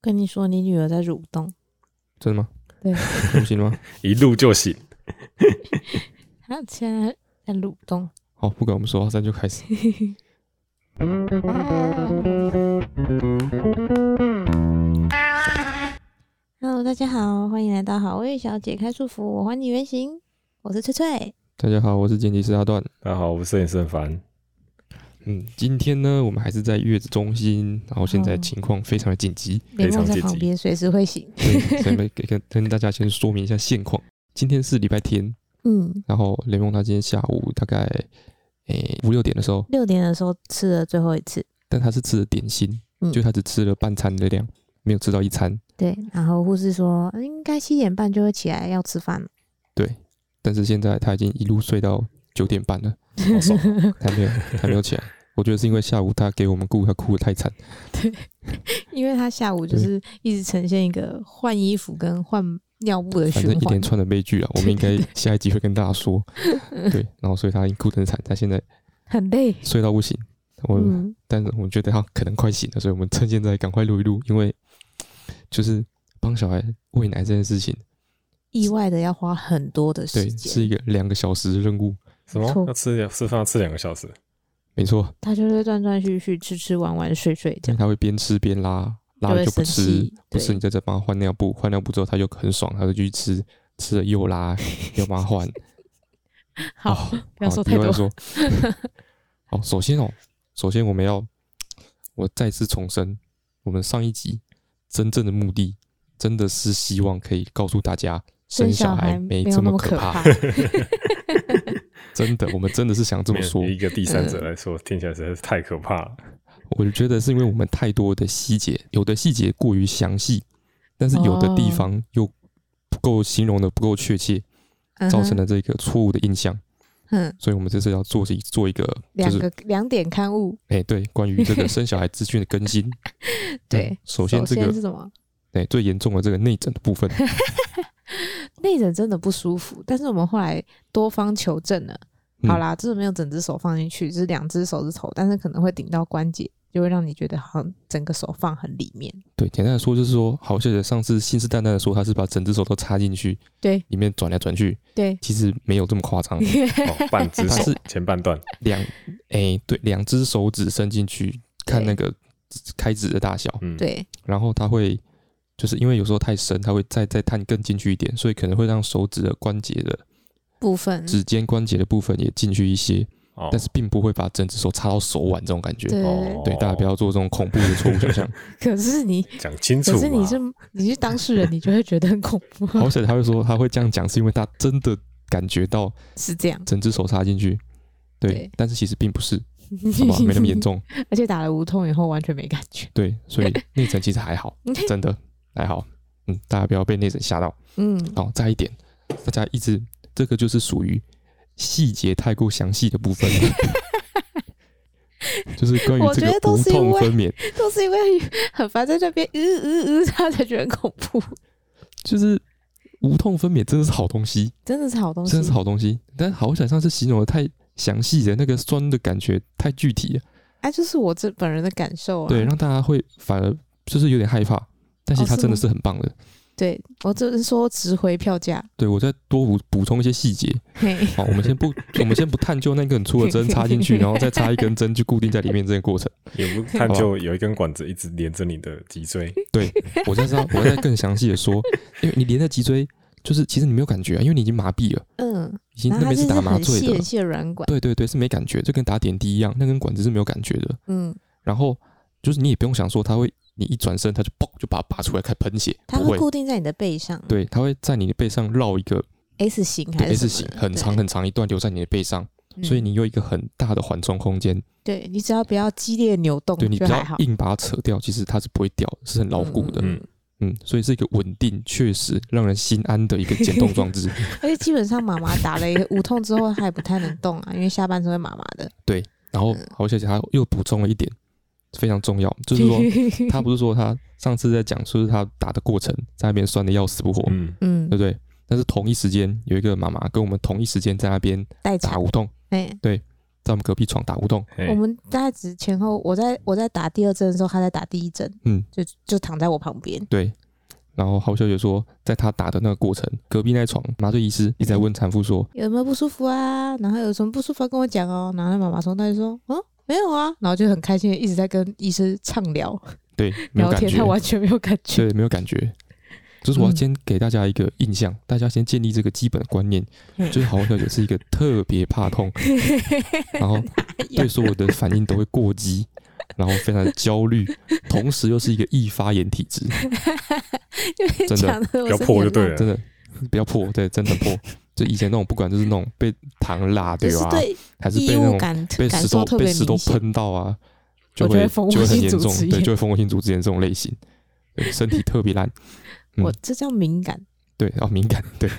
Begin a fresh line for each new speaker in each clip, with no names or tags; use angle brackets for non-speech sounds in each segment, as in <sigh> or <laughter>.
跟你说，你女儿在蠕动，
真的吗？
对，
<laughs> 不行吗？
一录就醒。
她现在在蠕动。
好，不管我们说话，现在就
<laughs>
开始。
Hello，大家好，欢迎来到好味小姐开束缚，我还你原形，我是翠翠。
大家好，我是剪辑师阿段。
大啊家好，我是摄影师很凡。
嗯，今天呢，我们还是在月子中心，然后现在
哦
情况非常的紧急，
非
雷
常
梦在
积极
旁边，随时会醒。
对所
<laughs>
以跟跟跟大家先说明一下现况。今天是礼拜天，
嗯，
然后雷蒙他今天下午大概诶五六点的时候，
六点的时候吃了最后一次，
但他是吃了点心，
嗯
就他只吃了半餐的量，没有吃到一餐。
对，然后护士说嗯应该七点半就会起来要吃饭了。
对，但是现在他已经一路睡到九点半
<laughs>
了，
好爽
还没有还没有起来。我觉得是因为下午他给我们顾他哭的太惨，
因为她下午就是一直呈现一个换衣服跟换尿布的
反
循
正一
环
连，串的悲剧啊，我们应该下一集会跟大
<laughs>
家说。对，然后所以他已经哭得很惨，他现在
很累。
睡到不行。我、
嗯，
但是我觉得他可能快醒了，所以我们趁现在赶快录一录，因为就是帮小孩喂奶这件事情，
意外的要花很多的时
对，
间
是。一个两个小时的任务，
什
没错
么？要吃吃饭要吃两个小时？
没错，
他就是断断续续、吃吃玩玩、睡睡这样，
因为他会边吃边拉，拉
就
了
会
就不
生
吃
气，。
不
对，
吃你再再帮他换尿布，换尿布之后他就很爽，他就去吃，吃了
<laughs>
又拉又帮他换。
好，
哦
不要
好
说
题
太
外
多 <laughs>
说好，首先哦，首先我们要，我再次重申，我们上一集真正的目的，真的是希望可以告诉大家，生
小
孩
没
没
有
这
那
么
可
怕，
怕。
真的，我们真的是想这么说
没有。以一个第三者来说，听起来实在是太可怕
<laughs>
了。
我觉得是因为我们太多的细节，有的细节过于详细，但是有的地
哦
方又不够形容的不够确切，
嗯哼
<laughs> 造成了这个错误的印象。
嗯
所以我们这次要做一做一个，就
两
是
个两点刊物，
哎、对，关于这个生小孩资讯的更新。
对
嗯，首先这个
是什么？
哎、最严重的这个内诊的部分，
内诊真的不舒服，但是我们后来多方求证了，
嗯
好啦，就是没有整只手放进去，就是两只手指头，但是可能会顶到关节，就会让你觉得好像整个手放很里面。
对，简单的说就是说，好像上次信誓旦旦的说他是把整只手都插进去，
对，
里面转来转去，
对，
其实没有这么夸张，
哦，半只
它
手
是
前半段，
两哎、对，两只手指伸进去看那个开指的大小，
嗯，，
对，
然后它会就是因为有时候太深，它会再再探更进去一点，所以可能会让手指的关节的
部分，
指尖关节的部分也进去一些，
哦
但是并不会把整只手插到手腕这种感觉。
对
哦，
对，大家不要做这种恐怖的错误想象。
可是你，
讲清楚
可
嘛。
是你是你是当事人，你就会觉得很恐
<laughs>
怖，
而且他会说他会这样讲，是因为他真的感觉到
是这样。
整只手插进去，对，
对
但是其实并不
<laughs>
是，好吧，没那么严重，
而且打了无痛以后完全没感觉。
对，所以
<laughs>
内诊其实还好，真的还好，嗯，大家不要被内诊吓到。
嗯，
哦，再一点，大家一直这个就是属于细节太过详细的部分。
<laughs>
就是关于
我
这
觉得
个
都
无
是因
痛
为
分娩，
都是因为很烦在那边，
呃
嗯嗯嗯，他才觉得很恐怖。
就是无痛分娩真的是好东西，
真的是好东西，
真的是好东西。但好想上次形容的太详细的那个酸的感觉太具体了，
哎、就是我这本人的感受啊。
对，让大家会反而就是有点害怕，但其
哦
实它
是
真的
吗
是很棒的。
对我就是说值回票价。
对我再多补补充一些细节，
嘿，
好，我们先不，我们先不探究那根很粗的针插进去，然后再插一根针去固定在里面这个
<laughs>
过程。
也不探究有一根管子一直连着你的脊椎，
我再知道，我再更详细的说，因为你连在脊椎，就是其实你没有感觉啊，因为你已经麻痹了，
<laughs> 嗯，
已经
然
那
后它
边
就是
打麻
很
醉
细
的
很，细的软管，
对对对，是没感觉，就跟打点滴一样，那根管子是没有感觉的。
嗯，
然后就是你也不用想说它会，你一转身它就嘣就把它拔出来开始喷血，
它
不
会
会，
固定在你的背上
对，它会在你的背上绕一个
，S 型还是什
S 型
么，的
很长，很长一段留在你的背上，
对嗯
所以你有一个很大的缓冲空间，
对你只要不要激烈扭动，
对你
就
只要
哦还好，
硬把它扯掉，其实它是不会掉的，是很牢固的，
嗯，
嗯，所以是一个稳定、确实让人心安的一个减痛
<laughs>
装置。
而且基本上妈妈打了一个无痛之后，她也不太能动啊，因为下半身会麻麻的。
然后
嗯
好小姐她又补充了一点非常重要，就
<laughs>
是说她不是说她上次在讲，就是她打的过程在那边酸的要死不活，
嗯，
嗯
对不，对？但是同一时间有一个妈妈跟我们同一时间在那边
待
打哎
产，
无痛，
哎，
在我们隔壁床打乌洞，
嘿
我们大概只前后，我在我在打第二针的时候，他在打第一针，
嗯，
就就躺在我旁边，
对。然后郝小姐说，在她打的那个过程，隔壁那床麻醉医师一直在问产妇说，
有没有不舒服啊？然后有什么不舒服要跟我讲哦。然后妈妈说，她就说，嗯，没有啊。然后就很开心的一直在跟医师畅聊 <laughs>
对，没有
聊
感
天，
觉
他，完全没有感觉。
对，没有感觉。就是我要
嗯
先给大家一个印象，大家先建立这个基本的观念，
嗯
就是郝小姐是一个特别怕
<laughs>
痛，然后
哎
对所有的反应都会过激，然后非常的焦虑，同时又是一个易发炎体质，
因为
真的
讲的
不
我
要
身体
破就
很
对
烂
了
真。的不要破，对，真的破。就以前那种不管就是那种被糖辣
就
对
是
吧、
对
还是
异
被那
物
种
感
被
感
石
受
头
特
被
别
石头
明显。
喷到啊，就
我
会
就会蜂窝
就会很
性
严
组
重
织，
对，
炎
就会蜂窝性组织炎这种类型，对，身体特
<laughs>
别烂，嗯
我这叫敏感。
对，哦，敏感，
<laughs>
对，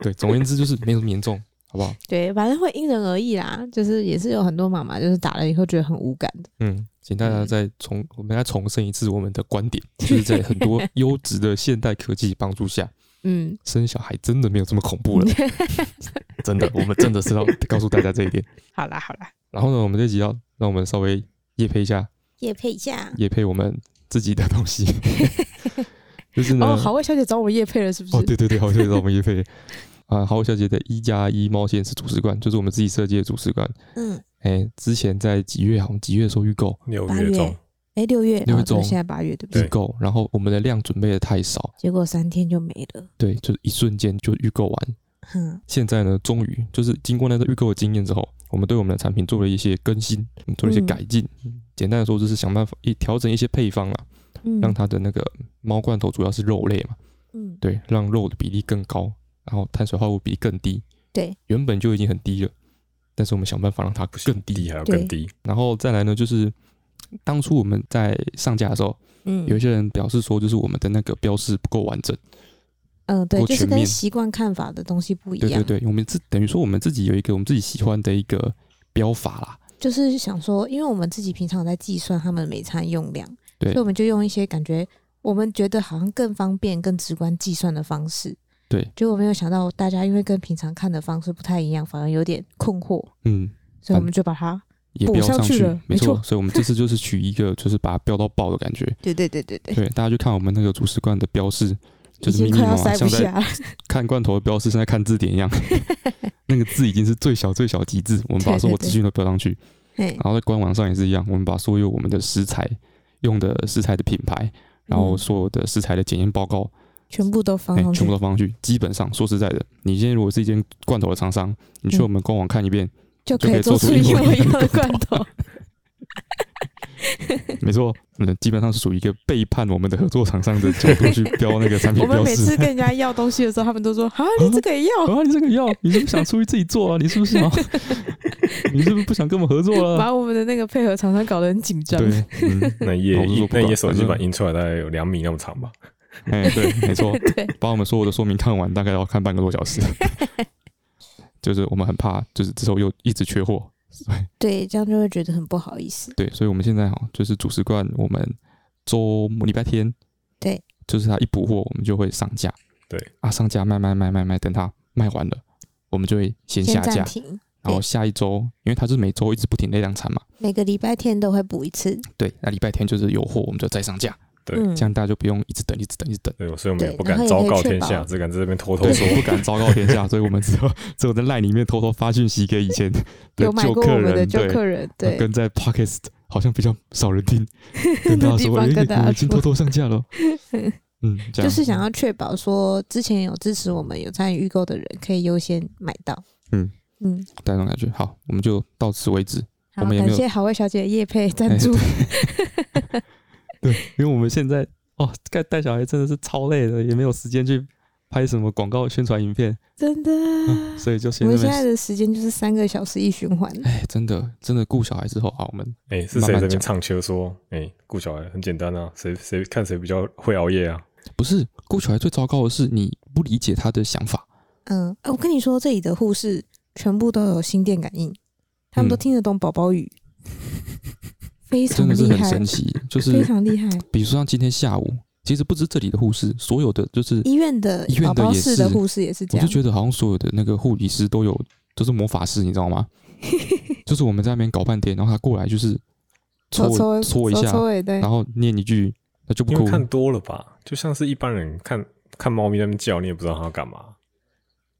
对，总而言之就是没有那么严重，好不好？
对，反正会因人而异啦，就是也是有很多妈妈就是打了以后觉得很无感的。
嗯，请大家
嗯
再重，我们再重申一次我们的观
<laughs>
点，就是在很多优质的现代科技帮助下，
嗯，
生小孩真的没有这么恐怖了，
<laughs>
真的，我们真的是要告诉大家这一点。
好啦好啦，
然后呢，我们这集要让我们稍微夜配一下，
也配一下。
夜配我们自己的东
<laughs>
西，就是呢，
哦，好味小姐找我叶配了，是不是？
嗯哦，对对对，好小姐找我们叶配 <laughs> 啊，好小姐的一加一猫现实主食罐，就是我们自己设计的主食罐。
嗯，
哎，之前在几月好像几月的时候预购
六
八
月
月
中，
哎，六月，
六月
哦对
中
现在八月，对不
预
对？
购，然后我们的量准备的太少，
结果三天就没了。
对，就是一瞬间就预购完。
哼，
现在呢，终于就是经过那个预购的经验之后，我们对我们的产品做了一些更新，嗯做了一些
嗯
改进。简单的说，就是想办法一调整一些配方啊啦，
嗯，
让它的那个猫罐头主要是肉类嘛，
嗯，
对，让肉的比例更高，然后碳水化合物比例更低。
对，
原本就已经很低了，但是我们想办法让它
不行
更低。
低还要更
对
低，
然后再来呢，就是当初我们在上架的时候，
嗯，
有一些人表示说，就是我们的那个标示不够完整。
嗯，对
不，
就是
全
跟
面
习惯看法的东西不一
对对
样。
对，我们自等于说我们自己有一个我们自己喜欢的一个标法啦。
就是想说，因为我们自己平常在计算他们每餐用量，
对
所以我们就用一些感觉我们觉得好像更方便、更直观计算的方式。
对，
结果没有想到大家因为跟平常看的方式不太一样，反而有点困惑，
嗯，
所以我们就把它，
也
补
标
上去
去
了，没
没
错
所以我们这次就是取一个，就是把它标到爆的感觉。
<laughs> 对对对对对，
对，大家去看我们那个主食罐的标示，
已
就是
经
密密
快
麻
要
麻，
塞不
像在
下了。
看罐头的标示像在看
<laughs>
字典一样，那个字已经是最小最小极致。我们把
对
所有
对对
资讯都标上去，
嘿
然后在官网上也是一样，我们把所有我们的食材用的食材的品牌，然后
嗯
所有的食材的检验报告，
全部都放
哎、
上去
全部，都放上去。基本上说实在的，你今天如果是一间罐头的厂商，你去
嗯
我们官网看
<laughs>
一遍，
就
就
可
可以
以做
做
出
出
一
一模
模
一
一
样
样
的
的
罐
罐
<laughs>
头。
没错，嗯，基本上是属于一个背叛我们的合作厂商的角度去标那个产品
我们
标
每
示。
次跟人家要东西的时候，他们都说：“啊，你这个也要。
<laughs> 啊，你这个要，你是不是想出去自己做啊？你是不
<laughs>
是想，你是不是不想跟我们合作”了、
把我们的那个配合常常搞得很紧张。
啊
<laughs>
对，嗯，
那一页
我是说不
那
管
一页手机
反
版
正
印出来大概有两米那么长吧，
哎、对， <laughs> 没错，
<laughs> 对
把我们所有的说明看完，大概要看半个多
<laughs>
小时。就是我们很怕，就是之后又一直缺货，
对，这样就会觉得很不好意思。
对，所以我们现在哈，就是主食罐，我们周末礼拜天，
对，
就是它一补货，我们就会上架，
对
啊，上架卖卖卖卖卖，等它卖完了，我们就会先下
先
架
暂，停，
然后下一周，因为它是每周一直不停的量产嘛，
每个礼拜天都会补一次。
对，那礼拜天就是有货，我们就再上架，
对
嗯
这样大家就不用一直等，一直等，一直等。
对，所以我们
对
也不
然后
敢
也
昭
可以
告
确
天
保
下，只敢在这边偷偷
对，
说
我，不敢昭告天下，所以我们 <laughs> 只有只有在 LINE 里面偷偷发讯息给以前的
<laughs> 有买
旧
过
客
我们
人，
的旧
对，呃
客人，对，
跟在 Podcast 好像比较少
<laughs>
人听，跟大家
的地
说，哎、
方跟
我
大家
们已经
说
偷偷上架了。 <laughs> 嗯，这
就
样
是想要确保说之前有支持我们、有参与预购的人可以优先买到。
嗯
嗯，
带那种感觉。好，我们就到此为止。
好，
我们也没
感
有
谢
哎
好味小姐的叶配赞助。
对，因为我们现在哦，带带小孩真的是超累的，也没有时间去拍什么广告宣传影片，
<laughs> 真的，
<laughs> 嗯所以就
我
先
们
那
现
边。
在的时间就是三个小时一循环。
哎，真的，真的顾小孩之后啊，我们
哎、是
慢
谁
慢
这边
讲
唱秋说，哎、顾小孩很简单啊，谁谁看谁比较会熬夜啊，
不是顾小孩最糟糕的是你不理解他的想法，
嗯，哎我跟你说，这里的护士全部都有心电感应，他们都
嗯
听得懂宝宝语，非
真
常
的是
厉
很
害
神，奇。就
非
是
常厉害。
比如说像今天下午，其实不止这里的护士，所有的就是，
医院的
医院
宝
的
宝
也
室的
是
护士也是这
我
样 <laughs>
就，觉得好像所有的那个护理师都有，就是魔法师，你知道吗？就是我们在那边搞半天，然后他过来就是搓
搓
搓一
抽
下
抽，尾，对
然，后念一句，他就不
因
哭
为。看多了吧，就像是一般人看看猫咪在那边叫，你也不知道它要干嘛。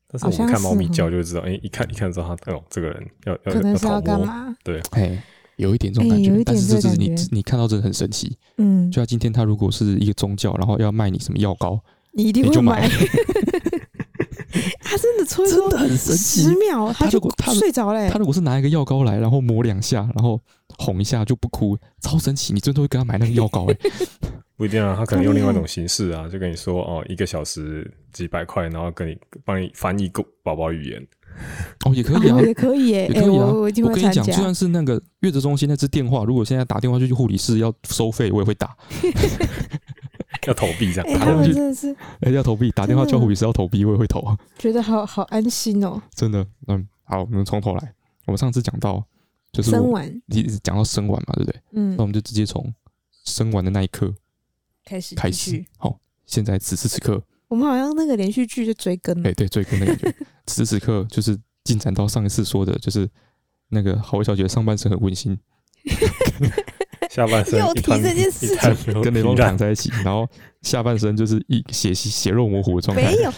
但是我
好像
们看猫咪
是哦
叫就会知道，哎、一看一看知道它，哦，这个人要要
可能是
要
要
讨
干
摸。
嘛？
哎，有一点这种
哎
感
有
觉，
一
但
点
是这
这
只是你
感觉
你看到真的很神奇。
嗯，
就他今天他如果是一个宗教，然后要卖你什么药膏，
你一定
你
会
就买 <laughs>
买。他真的搓一搓，
很
十秒他
他
就
如果他
睡着欸嘞
他。如果是拿一个药膏来，然后抹两下，然后哄一下就不哭，超神奇！你最后会给他买那个
<laughs>
药膏、欸，
不一定啊，他可能用另外一种形式啊，就跟你说哦，一个小时几百块，然后跟你帮你翻译狗宝宝语言。
哦，也可以啊，
哦，也可以耶，
也
哎，
可以啊。
我我一定
我
会
跟你
参
讲，
加
就。算是那个月子中心那只电话，如果现在打电话就去护理室要收费，我也会打。
要投币这
哎，
样，
他
打
电话
们
去
真的是
哎、要投币，打电话
真的
叫护理师要投币，我也会投 <laughs> 啊，
觉得好好安心哦，
真的。嗯，好，我们从头来。我们上次讲到就是
生
我哦
完，
一直讲到生完嘛，对不对？
嗯
那我，们就直接从生完的那一刻
开始
开
继
始
续。。
好，现在此时此刻，
我们好像那个连续剧就追更
哎、
了，
对，最跟的感觉。此时此刻就是进展到上一次说的，就是那个好味小姐上半身很温馨，
下半身
又
一
提
滩
这件事
一滩流
跟雷
体
梦
蛋
躺在一起，然后下半身就是一血血肉模糊的状态
没。有，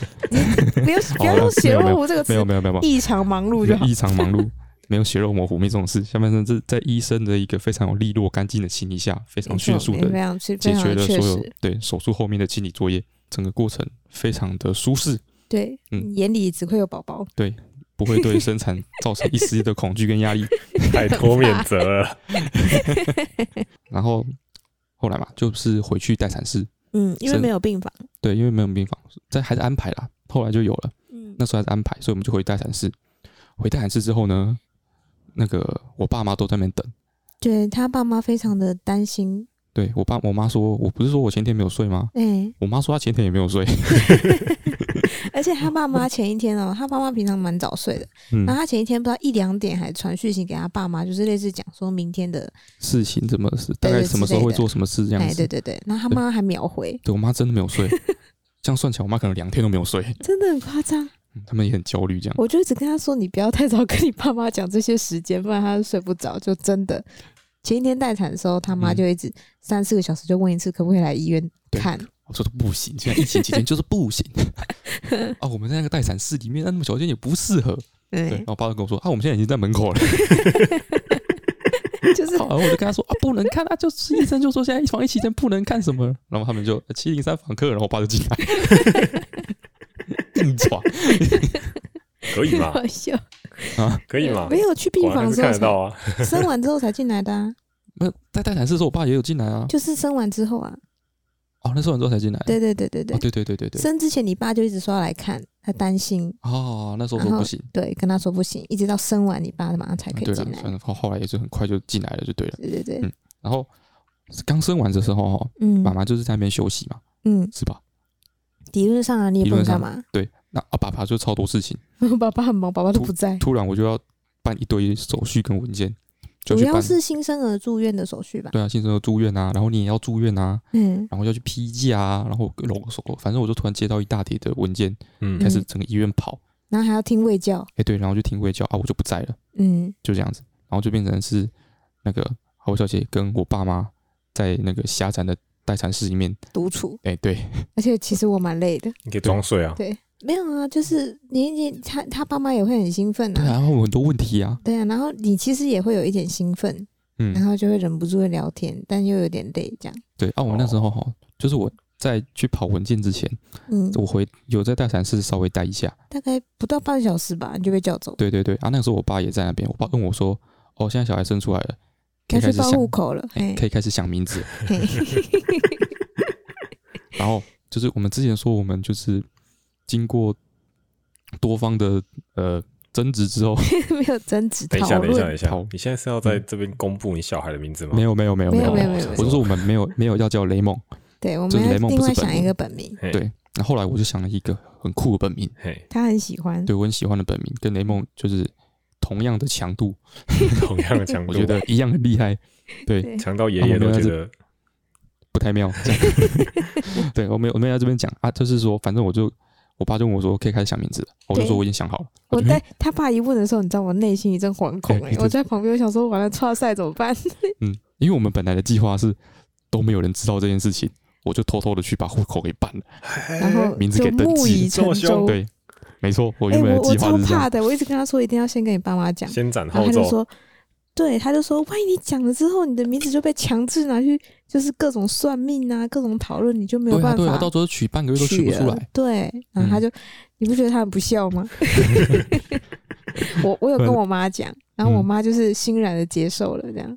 不
<laughs>
要不要
好
用
了
“血
没有
肉糊”这个
没有
词，
没有没有没有
异常忙碌就好。
异常忙碌，没有血肉模糊，没这种事。下半身是在医生的一个非常有利落、干净的清理下，非常
没错
迅速
非
的
常非
解
常
决
的
了
确
所有
实，
对手术后面的清理作业，整个过程非常的舒适，
对，
嗯
眼里只会有宝宝。
不会对生产造成一丝的恐惧跟压力。
太多免责了。
然后后来嘛，就是回去待产室，
嗯，因为
生
没有病房。
对，因为没有病房，在还是安排啦，后来就有了。
嗯，
那时候还是安排，所以我们就回待产室。回待产室之后呢，那个我爸妈都在那边等。
对他爸妈非常的担心。
对我爸我妈说，我不是说我前天没有睡吗？
哎、
我妈说她前天也没有睡。
而且他爸妈前一天哦，他爸妈平常蛮早睡的，
嗯
然，后他前一天不知道一两点还传讯息给他爸妈，就是类似讲说明天的，
<laughs> 事情怎么是大
对
概
对
什么
之
时候
类
会
的
做什么事这样
哎，
子。
对对对，然后他妈还秒回，
对我妈真的没有睡，这样算起来，我妈可能两天都没有睡，
真的很夸张。
嗯他们也很焦虑这样。
我就一直跟他说，你不要太早跟你爸妈讲这些时间，不然他就睡不着。就真的，前一天待产的时候，他妈
嗯
就一直三四个小时就问一次，可不可以来医院
对
看？
我说不行，现在疫情期间就是
<laughs>
不行啊！我们在那个待产室里面，那那么小间也不适合。对，
对
然，后我爸就跟我说啊，我们现在已经在门口了。
就是
然后我就跟他说啊，不能看啊，就是医生就说现在一房一期间不能看什么，然后他们就呃七零三房客，然后我爸就进来， <laughs> 硬闯
<laughs>
可以吗？
好笑，
可以吗
没？有去病
果然
房
还
之
是
后
看得到
才
啊，
生完之后才进来的啊，
没有在待产室的时候，我爸也有进来啊，
就是生完之后啊，
哦，那时候完之后才进来，
对对对对
哦
对，
对对对对对，
生之前你爸就一直说要来看，他担心，
哦，那时候
然
说
后
不行，
对，跟他说不行，一直到生完你爸马上才
啊
可
对
以
了
进，来
反，正后后来也是很快就进来了，就对了。
对对对
嗯，然后刚生完的时候哦，
嗯
妈妈就是在那边休息嘛，
嗯，
是吧？
理论上啊，你也
理
不能
论
干
上
嘛，
对，那啊爸爸就超多事情，
<laughs> 爸爸很忙，爸爸都
突
不在，
突然我就要办一堆手续跟文件，就
主
去
要
办。
是新生儿住院的手续吧，
对啊，新生儿住院啊，然后你也要住院啊，
嗯，
然后要去批假啊，然后各种手，反正我就突然接到一大叠的文件，
嗯
开始整个医院跑。
然后还要听卫教，
哎、对，然后就听卫教啊，我就不在了，
嗯，
就这样子，然后就变成是那个好小姐跟我爸妈在那个狭窄的待产室里面。
独处，
哎、对， <laughs>
而且其实我蛮累的，
你可以装睡啊。
对，没有啊，就是你你他他爸妈也会很兴奋
对啊，
啊。
然后有很多问题啊，
对啊，然后你其实也会有一点兴奋，然
嗯，
后就会忍不住会聊天，但又有点累，这样。
对啊，我那时候哈，就是我在去跑文件之前，
嗯，
我回有在待产室稍微待一下，
大概不到半小时吧，你就被叫走，
对对对啊，那个时候我爸也在那边，我爸问我说，哦，现在小孩生出来了，可
要
以开
去
始
报
想，
户口了。
哎
嘿
可以开始想名字了， <laughs> 然后就是我们之前说，我们就是经过多方的呃争执之
<laughs>
后，
没有争执
等一
讨
下，等一下，等
论，
一下
讨，
你现在是要在这边公布你小孩的名字吗？
没有没有没有
没有
有
没有
有，
没
哦
有
我就说我们没有没有要叫雷蒙，
对，我
就
们要
是雷蒙
另
不是
外
本
想
名
一个本名，
嘿
对，那后来我就想了一个很酷的本名，
嘿，
他很喜欢。
对我很喜欢的本名，跟雷蒙就是同样的强度，
同样的强
<laughs> 我
度，
觉得哦一样很厉害，对，
对
<laughs> 强到爷爷都觉得
<laughs>
不太妙。这样对，我们我们要这边讲啊，就是说，反正我就我爸就问我说可以开始想名字了，我就说我已经想好了。
我
就
在他爸一问的时候，你知道我内心一阵惶恐
对
哎、
嗯你
我在旁边我想说，完了，差赛怎么办？
嗯，因为我们本来的计划是都没有人知道这件事情，我就偷偷的去把户口给办了。
哎
然后
名字
就
给登
木
记
已成
这么凶
舟。
对，没错，我
哎、
原本
我
的
我
计划
超
是这样。
怕的，我一直跟他说一定要先跟你爸妈讲，
<laughs> 先斩
然后
后
他就
奏，
说，对，他就说，万一你讲了之后，你的名字就被强制拿去，就是各种算命啊，各种讨论，你就没有
对啊，
办
对啊，
法
到时候取半个月都取不出
了
来。嗯
对，然后他就，你不觉得他很不孝
<laughs>
吗？我我有跟我妈讲，然后我
嗯
妈就是欣然的接受了，这样。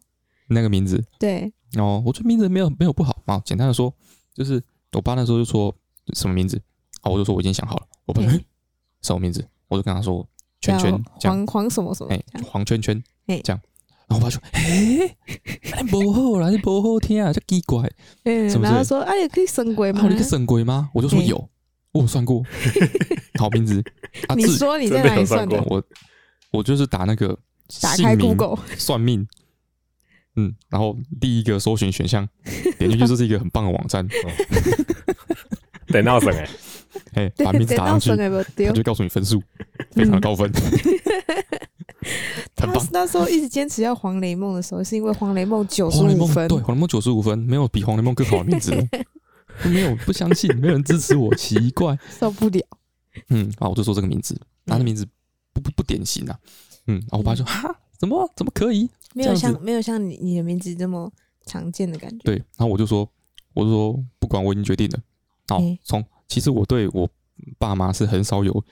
那个名字，
对，
哦，我觉得名字没有没有不好嘛。简单的说，就是我爸那时候就说什么名字，哦，我就说我已经想好了。我爸说
嗯
嗯什么名字，我就跟他说圈
叫
圈这样，
黄黄什么什么
哎
这，样，
黄圈圈
哎
这样。然后我爸说，哎，你不好啦，你不好听啊，这奇怪。
嗯
是，不是
然后说，哎，可以神鬼吗
啊，？你个神鬼吗？我就说
哎
有，我有
<laughs>
算过，好名字。啊，
你
至于
说你在
真的
哪里
有算
算
过
的？
我我就是打那个
打
姓
开
名
Google，
算命，嗯，然后第一个搜寻
<laughs>
选项点进去，这是一个很棒的网站，
得闹省
<laughs>
哎，
哎，
对
把名字
对，
打
到
上去
神，有没有
他
丢
就？会告诉你分数，非常的高分，
嗯他
很棒。
那时候一直坚持要黄雷梦的时候，是因为黄雷梦九十
黄雷
五
梦
分，
对黄雷梦九十五分，没有比黄雷梦更好
<laughs>
的名字了，没有不相信，没有人支持我，奇怪。
受不了。
嗯，啊，我就说这个名字，
嗯
他的名字不不不典型啊。嗯，然后我爸说哈，怎么怎么可以？
没
这
有
样子
像没有像你你的名字这么常见的感觉。
对，然后我就说，我就说不管我已经决定了。哦
嗯，
从其实我对我爸妈是很少有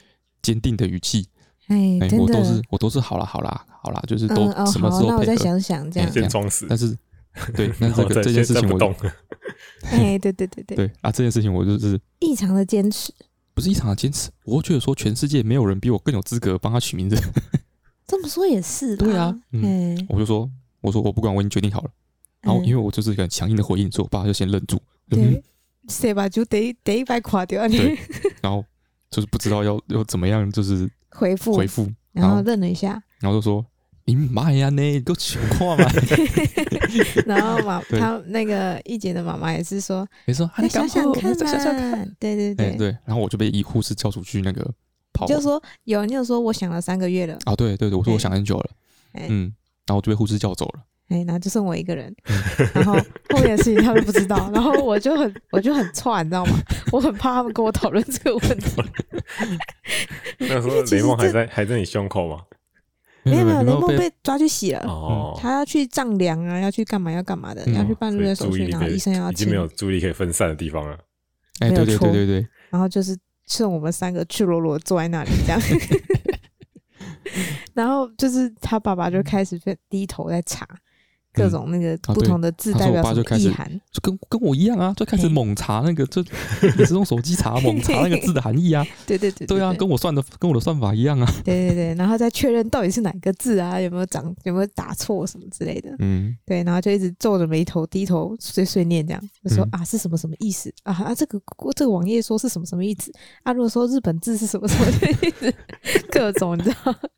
坚定的语气，
哎
哎、，
真
我都
的
是，我都是好啦好啦好啦，就是都
嗯哦，
什么
好，
时
那我
候配
再
合。哎
想想这样。
先装死，
<laughs>
但是对，那这
然后再
个这件事
哦先
情
再
我
不动， <laughs>
哎，对对对对，
对啊，这件事情我就是
异常的坚持，
不是一场的坚持，我觉得说全世界没有人比我更有资格帮他
<laughs>
取名字，
这么说也是。
对啊，嗯，
哎，
我就说我说我不管，我已经决定好了。然后因为我就是一个很强硬的回应，所以我爸就先愣住，嗯
对，，谁把就得得一百垮掉
对
你
然后就是不知道要要怎么样，就是
<laughs> 回复
回，复，
然
好
后愣了一下，
然后就说你妈呀呢，你给我取话
<laughs>
嘛，
然后妈
对
他那个一姐的妈妈也是说，
你说啊
再
你赶
哎想想
快
看
再想想看，
嘛，对对
哎
对，
对，然后我就被一护士叫出去那个跑
你就
完，
说有，你有说我想了三个月了，
啊，对对对，我说我
哎
想很久了，
哎
嗯，然后我就被护士叫走了，
哎，然后就剩我一个 <laughs> 人，然后后面的事情他都不知道，然 <laughs> 后我就很我就很串，你知 <laughs> 道吗？我很怕他们跟我讨论这个问题，因
那时候
为 <laughs> 其
雷
实
梦还
这
在还在你胸口嘛？
哦没有没有，雷
没有
梦
被
被抓去洗了。
哦，
他要去丈量啊，要去干嘛要干嘛的，
嗯
要去办入院
所以
手
注意
续，
力
然后
被
医生要
已经
请
没，有注意力可以分散的地方了。
哎，
没有
对对对
错
对对，
然后就是剩我们三个赤裸裸坐在那里这
<laughs>
样。然后就是他爸
嗯
爸就开始在低头在查各种那个
啊
不
对
同的字
他说
代
我
表
爸
什
就
么
开
意
始
涵，
就跟跟我一样啊，最开始
嘿
猛查那个，就 <laughs> 也是用手机查猛查那个字的含义啊，
对对 <laughs> 对
对啊，
对
跟我算的跟我的算法一样啊，
对对对，然后再确认到底是哪个字啊，有没有长有没有打错什么之类的，
嗯，
对，然后就一直皱着眉头低头碎碎念这样，就说、
嗯
啊是什么什么意思啊啊这个这个网页说是什么什么意思啊，如果说日本字是什么什么意思， <laughs> 各种你知道， <laughs>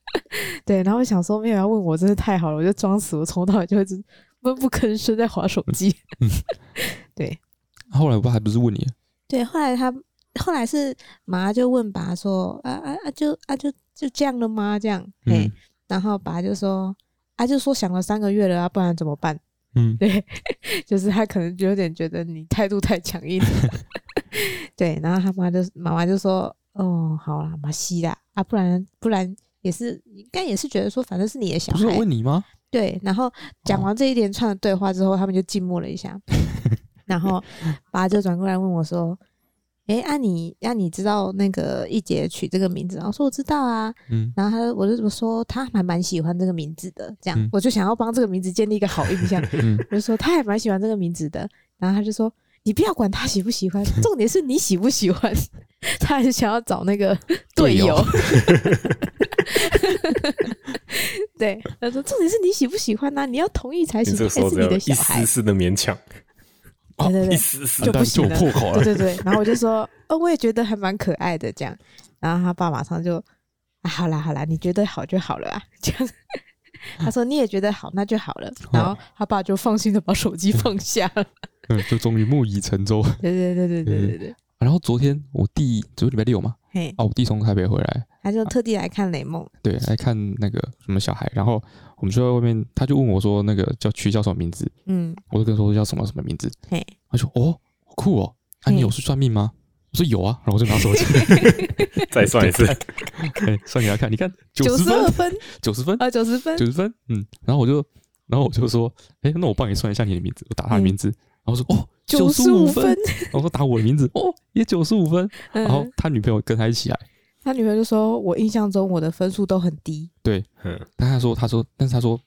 对，然后我想说没有要问我，真是太好了，我就装死，我从头到尾就一直闷不吭声在划手机，
后来我爸还不是问你，
<laughs>
啊
对，后来他后来是妈就问爸说啊啊啊就啊就就这样了吗？这样，哎、
嗯
然后爸就说啊就说想了三个月了啊，不然怎么办？
嗯，
哎就是他可能有点觉得你态度太强
<laughs>
硬了， <laughs> 对，然后他妈就妈妈就说，哦，好啦，马西啦，啊，不然不然也是应该也是觉得说，反正是你的小
不是我
孩，
问哦你吗？
对，然后讲完这一连串的对话之后，他们就静默了一
<laughs>
下，然后爸就转过来问我说。诶，啊你啊你知道那个一姐取这个名字啊？我说我知道啊，
嗯，
然后他就我就说他还蛮喜欢这个名字的，这样、
嗯
我就想要帮这个名字建立一个好印
<laughs>
象，
嗯，
我就说他还蛮喜欢这个名字的，然后他就说你不要管他喜不喜欢，重点是你喜不喜欢。 <laughs> 他很想要找那
<laughs>
个队
队友
友， <laughs> 对，他说重点是你喜不喜欢呐、你要同意才
你
行，他
这个时候
是
只
你
有
的
一
小孩
丝，丝的勉强，
对对
一
对
丝丝
就不行
有
了 <laughs>
啊破口
对
了，
对对。然后我就说，哦，我也觉得还蛮可爱的这样。然后他爸马上就，啊，好啦好啦，你觉得好就好了啊，这样。他说你也觉得好，那就好了。然后他爸就放心的把手机放下了。 <laughs>
嗯，就终于木已成舟。
对对对对对对对。
嗯然后昨天我弟，昨天礼拜六嘛，
嘿，
哦，我弟从台北回来，
他就特地来看雷梦，
对，来看那个什么小孩，然后我们就在外面，他就问我说那个叫区叫什么名字，
嗯，
我就跟他说叫什么什么名字，
嘿，
他说哦，好酷哦，啊，你有去算命吗？我说有啊，然后我就拿手机 <laughs>
再算一次，
哎算给他看，你看九
九
十
十二
分，
分
九十分，
啊，九十分
九十分，嗯，然后我就，然后我就说，哎，那我帮你算一下你的名字，我打他的名字，然后说哦，
九
十
五
五分，，然后说打我的名字，哦，也九十五分，然后
嗯，
他女朋友跟他一起来，
他女朋友就说：“我印象中我的分数都很低。
<laughs> 嗯
但他说他说，但是他说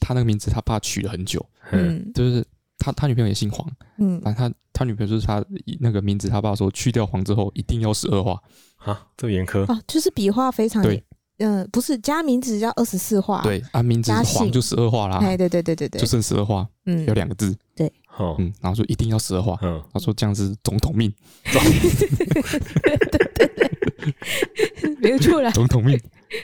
他那个名字他爸取了很久，
嗯，”
就是他他女朋友也姓黄，
嗯，
反正他他女朋友就是他那个名字，他爸说去掉黄之后一定要十二画，
啊，这么严
嗯
苛，
哦，就是笔画非常
对，
嗯，不是加名字叫二十四画，，
对，啊名字
加
是黄
姓
就十二画啦，
哎，对对对对对
就，剩十二画，
嗯
有，两个字，
哦，
嗯，然后说一定要十二画，
嗯，
他说这样是总统命， <laughs>
没有出来。
总统命，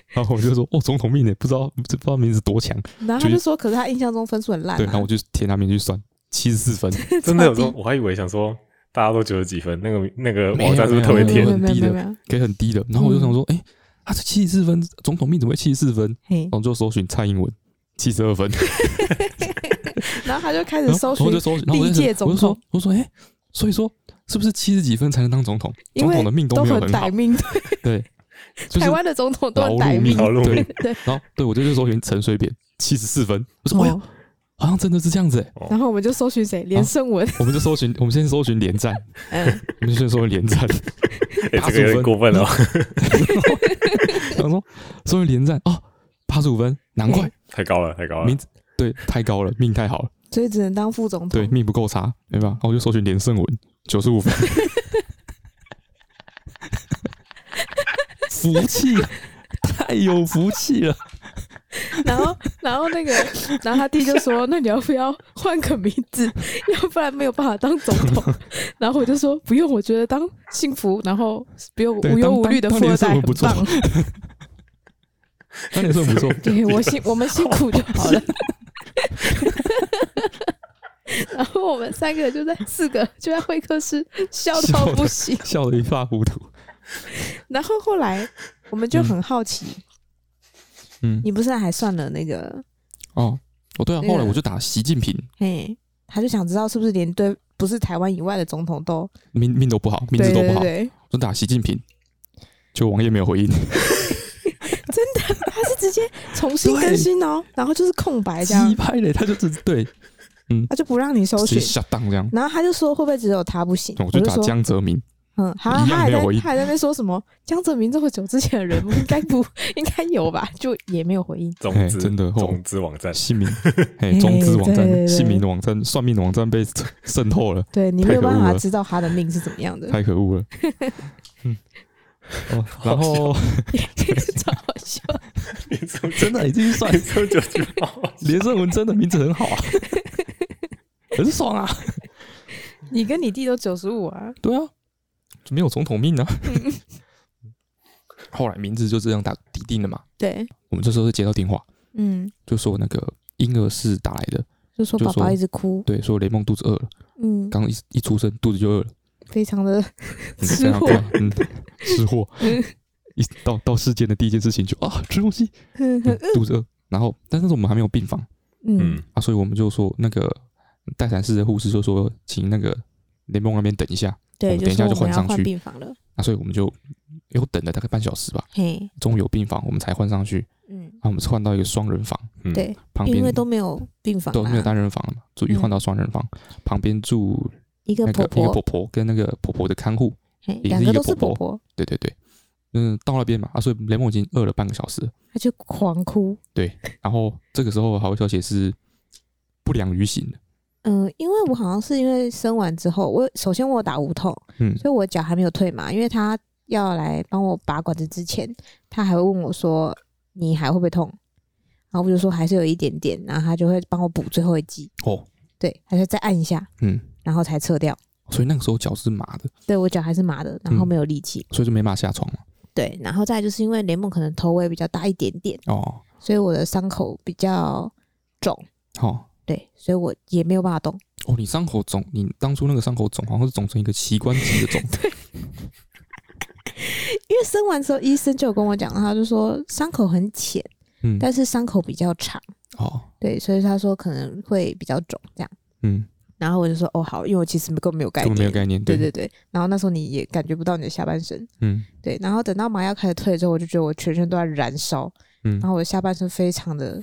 然后我就说哦总统命呢，不知道不知道名字多强，
然后他就说：“可是他印象中分数很烂、啊。”
对，然后
<laughs>
我就填他名去算。七十四分，
<laughs> 真的有时候我还以为想说大家都九十几分，那个那个
没有
网站是不是特别
没有
甜
没？
没有没有没有，
给很低的，然后我就想说，哎、他这七十四分，总统命怎么会七十四分？
嘿
然，后就搜寻蔡英文七十二分，
然后他就开
然
始
后
搜
嗯然后我
寻
就，搜寻，然后我
历
就
届
我就
总
说
统，
我说，哎、所以说是不是七十几分才能当总统？
因
总
为
统的命
都
没有
很
很好
歹，命，
就是
台湾的总统都
劳
很
碌
歹命
命，。
劳碌
对
命
<laughs>
<laughs>
对，
然后对我就去搜寻陈水扁七十四分，我说，哎呦，
哦
好像真的是这样子、哎，
然后我们就搜寻谁，
哦
连胜文，
我们就搜寻，我们先搜寻连战，
嗯，
我们先搜寻连战， <laughs>
哎，
八
这
十五
个有
分，
点过分了， <laughs>
然后说搜寻连战哦，八十五分，难
哎
怪
太高了，太高了
名，字对太高了，命太好了。
<laughs> 所以只能当副总统。
对，命不够差，对吧？然后我就搜寻连胜文，九十五分，福气，啊太有福气了。
然后，然后那个，然后他弟就说：“那你要不要换个名字？ <laughs> 要不然没有办法当总统。”然后我就说：“不用，我觉得当幸福，然后不用
对
无忧
当
无虑的
当
富
当
二
年生
代
活
很
不错
棒。
那连胜文不错，
对我 <laughs> 辛我们辛苦就好了。 <laughs> 然后我们三个就在四个就在会客室笑
笑
到
得
不行。
笑得一塌糊涂。
然后后来我们就很好奇，
嗯，
你不是还算了那个？
哦，哦对啊，
那个
后来我就打习近平，
嘿，他就想知道是不是连对不是台湾以外的总统都
命命都不好，名字都不好，
对对对
我就打习近平，就网页没有回应，
他是直接重新更新哦，然后就是空白这样
鸡，拍嘞，他就只对
他就不让你搜
直接
寻。
下档这样。
然后他就说会不会只有他不行？
我就打
嗯说
江泽民，
嗯，好，
一
他
样没
还
有
在
回应
他还在那边说什么江泽民这么久之前的人物，应该不 <laughs> 应该有吧？就也没有回应。
种子
哎真的哦
种子网站， <laughs>
姓
<laughs>
名，嘿，中资网
对对
站、
对
姓名的网站、算命的网站被渗透了。
对你
太
没有
可恶
办法
了
知道他的命是怎么 <laughs> 样的，
太可恶了。嗯，哦，然后
超好笑。
你怎
<laughs>
么
真的已经
<laughs>
算
你怎么九十八？
连胜文真的名字很好啊，很爽啊。
你跟你弟都九十五啊，
对啊，没有总统命
<laughs>
啊。后来名字就这样打底定了嘛。
对，
我们这时候就接到电话，
嗯，
就说那个婴儿室打来的，
就说
就
宝宝
说
一直哭，
对，说雷蒙肚子饿了，
嗯，
刚一一出生肚子就饿了，
非常的
嗯
吃
非常
货
快，嗯，吃货
嗯。
一到到世间的第一件事情就啊吃东西，嗯肚子饿。然后，但是我们还没有病房，
嗯
嗯，
啊，所以我们就说那个待产室的护士就说，请那个联盟那边等一下。我
对，
们
就
等一下
说
就
我们要
换上
换
去
病房了，
啊，所以我们就又等了大概半小时吧，
嘿，
终于有病房，我们才换上去。
嗯，
啊，我们是换到一个双人房，
嗯
对，
旁边
因为都没有病房
都没有
啦，
单人房了嘛，所以
嗯
换到双人房，旁边住
一个
那个
婆
一个
婆
婆，婆跟那个婆婆的看护。
嘿
一个
两
是
个
一个
都是
婆
婆
婆
婆，
对对对，嗯，到那边嘛，啊，所以雷蒙已经饿了半个小时了。
她就狂哭。
然后这个时候好消息是不良于行的，
嗯，因为我好像是因为生完之后，我首先我有打无痛，
嗯，
所以我脚还没有退麻，因为她要来帮我拔管子之前，她还会问我说你还会不会痛，然后我就说还是有一点点，然后她就会帮我补最后一剂，
哦，
对，她就再按一下，
嗯，
然后才撤掉。
所以那个时候脚是麻的，
对我脚还是麻的，然后
嗯
没有力气。
所以就没办法下床嘛。
对，然后再来就是因为联盟可能头围比较大一点点，
哦，
所以我的伤口比较肿，
好、
对，所以我也没有办法动。
哦，你伤口肿，
<laughs>
你当初那个伤口肿，好像是肿成一个膝关节的肿，
因为生完之后，医生就有跟我讲，他就说伤口很浅，
嗯，
但是伤口比较长，
好，
对，所以他说可能会比较肿这样。
嗯，
然后我就说哦好，因为我其实根本没有概
根
念，
本没有概念，
对对对。然后那时候你也感觉不到你的下半身，
嗯
对。然后等到麻药开始退了之后，我就觉得我全身都在燃烧，
嗯
然后我的下半身非常的，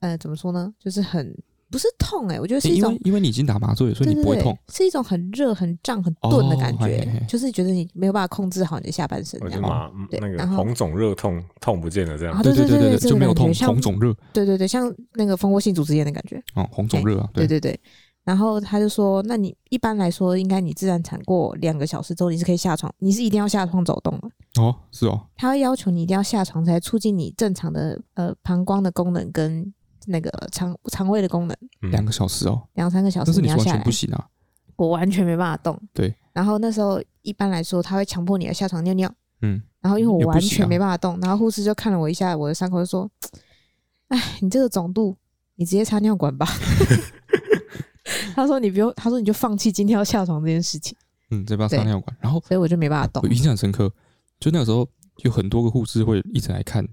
呃，怎么说呢，就是很不是痛哎、我觉得是
欸
一
因
种
为因为你已经打麻醉了，所以
对
你
对
不会
对
痛，，
是一种很热、很胀、很钝的感
哦嘿
觉，
嘿嘿
就是觉得你没有办法控制好你的下半身
我
这
就
样。
麻
对
那个
然后
红肿热痛痛不见了这样
啊，
对
对
对
对
对，就没有痛，红，肿热
这个感觉像对对对，像那个蜂窝性组织炎的感觉，
哦，红肿热啊，
对，对对。然后他就说，那你一般来说，应该你自然产过两个小时之后，你是可以下床，你是一定要下床走动的。
哦，是哦，
他会要求你一定要下床，才促进你正常的呃膀胱的功能跟那个肠肠胃的功能。
嗯
两个小时哦，
两三个小
但
时
是
你
你是
要
完
下
全
来
不，行啊，
我完全没办法动。
对。
然后那时候一般来说，他会强迫你要下床尿尿。
嗯，
然后因为
也
我
不
完
行
全
啊
没办法动，然后护士就看了我一下我的伤口，就说：“哎，你这个肿度，你直接插尿
<laughs>
管吧。”他说：“你不用，他说你就放弃今天要下床这件事情。
嗯，再把它
对
上尿管，然后”
所以我就没办法动
我，印象很深刻，就那个时候有很多个护士会一直来看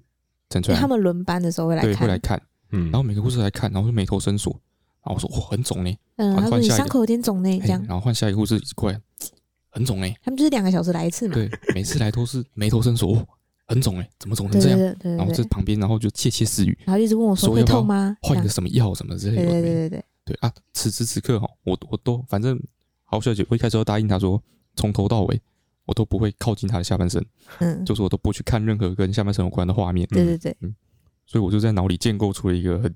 陈
因
川
为，他们轮班的时候会来
对，会
看
来，看，
嗯，
然后每个护士来看，然后就眉头深锁，然后我说哇很肿嘞，
嗯，
好
他说
换
你
下一
伤
个
口有点肿呢，
嘿
这样
然。后换下一个护士一直过来，很肿嘞，
他们就是两个小时来一次嘛，
<laughs> 对，每次来都是眉头深锁，哦很肿嘞，怎么肿成
对
这
对
样？
对对
然后
对
这
对，
旁边，然后就窃窃私语，
然后就一直问我说
说
会
要不要
痛吗？这
换
样
个什么药什么之类
对
的，
对
有的
对
没的
对对，
对啊，此时此刻哈，我我都反正好小姐，我一开始都答应她说，从头到尾我都不会靠近她的下半身，
嗯，
就是我都不去看任何跟下半身有关的画面，
对对
<laughs>
对，
所以我就在脑里建构出了一个很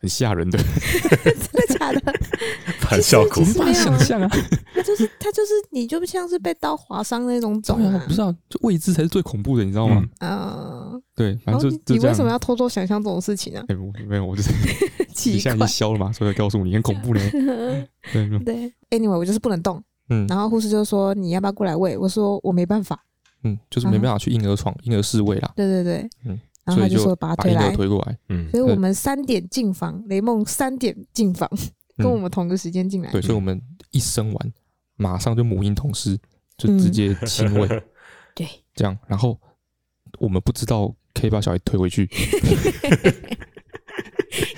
很吓人的
真的假的？
反效果
其
<laughs>
实 <laughs> 没有
想
啊，
象啊，
他就是他就是你就像是被刀划伤的那种肿
对啊
啊
不，是啊，就未知才是最恐怖的，你知道吗？
嗯
嗯。
对，反
然后
正
你
就
你
就这
为什么
样。
要偷偷想象这种事情 <laughs> 呢、
哎、我没有，我就是一
奇
下已
怪
经，消了嘛，所以告诉你很恐怖
<laughs>
嘞。对，没有
对。Anyway，我就是不能动。
嗯
然后护士就说：“你要不要过来喂？”我说：“我没办法。
嗯，就是
啊
没办法去婴儿床、婴儿室位啦”，
对对对。
嗯
然后
所
他
以
就
就
说：“把他
把
推
婴儿
来。”
推过来。
嗯
所以我们三点进房，雷梦三点进房，跟我们同个时间进来。
嗯对，所以我们一生完，马上就母婴同事就直接亲喂，
嗯 <laughs> 对
这样，然后我们不知道可以把小孩推回去，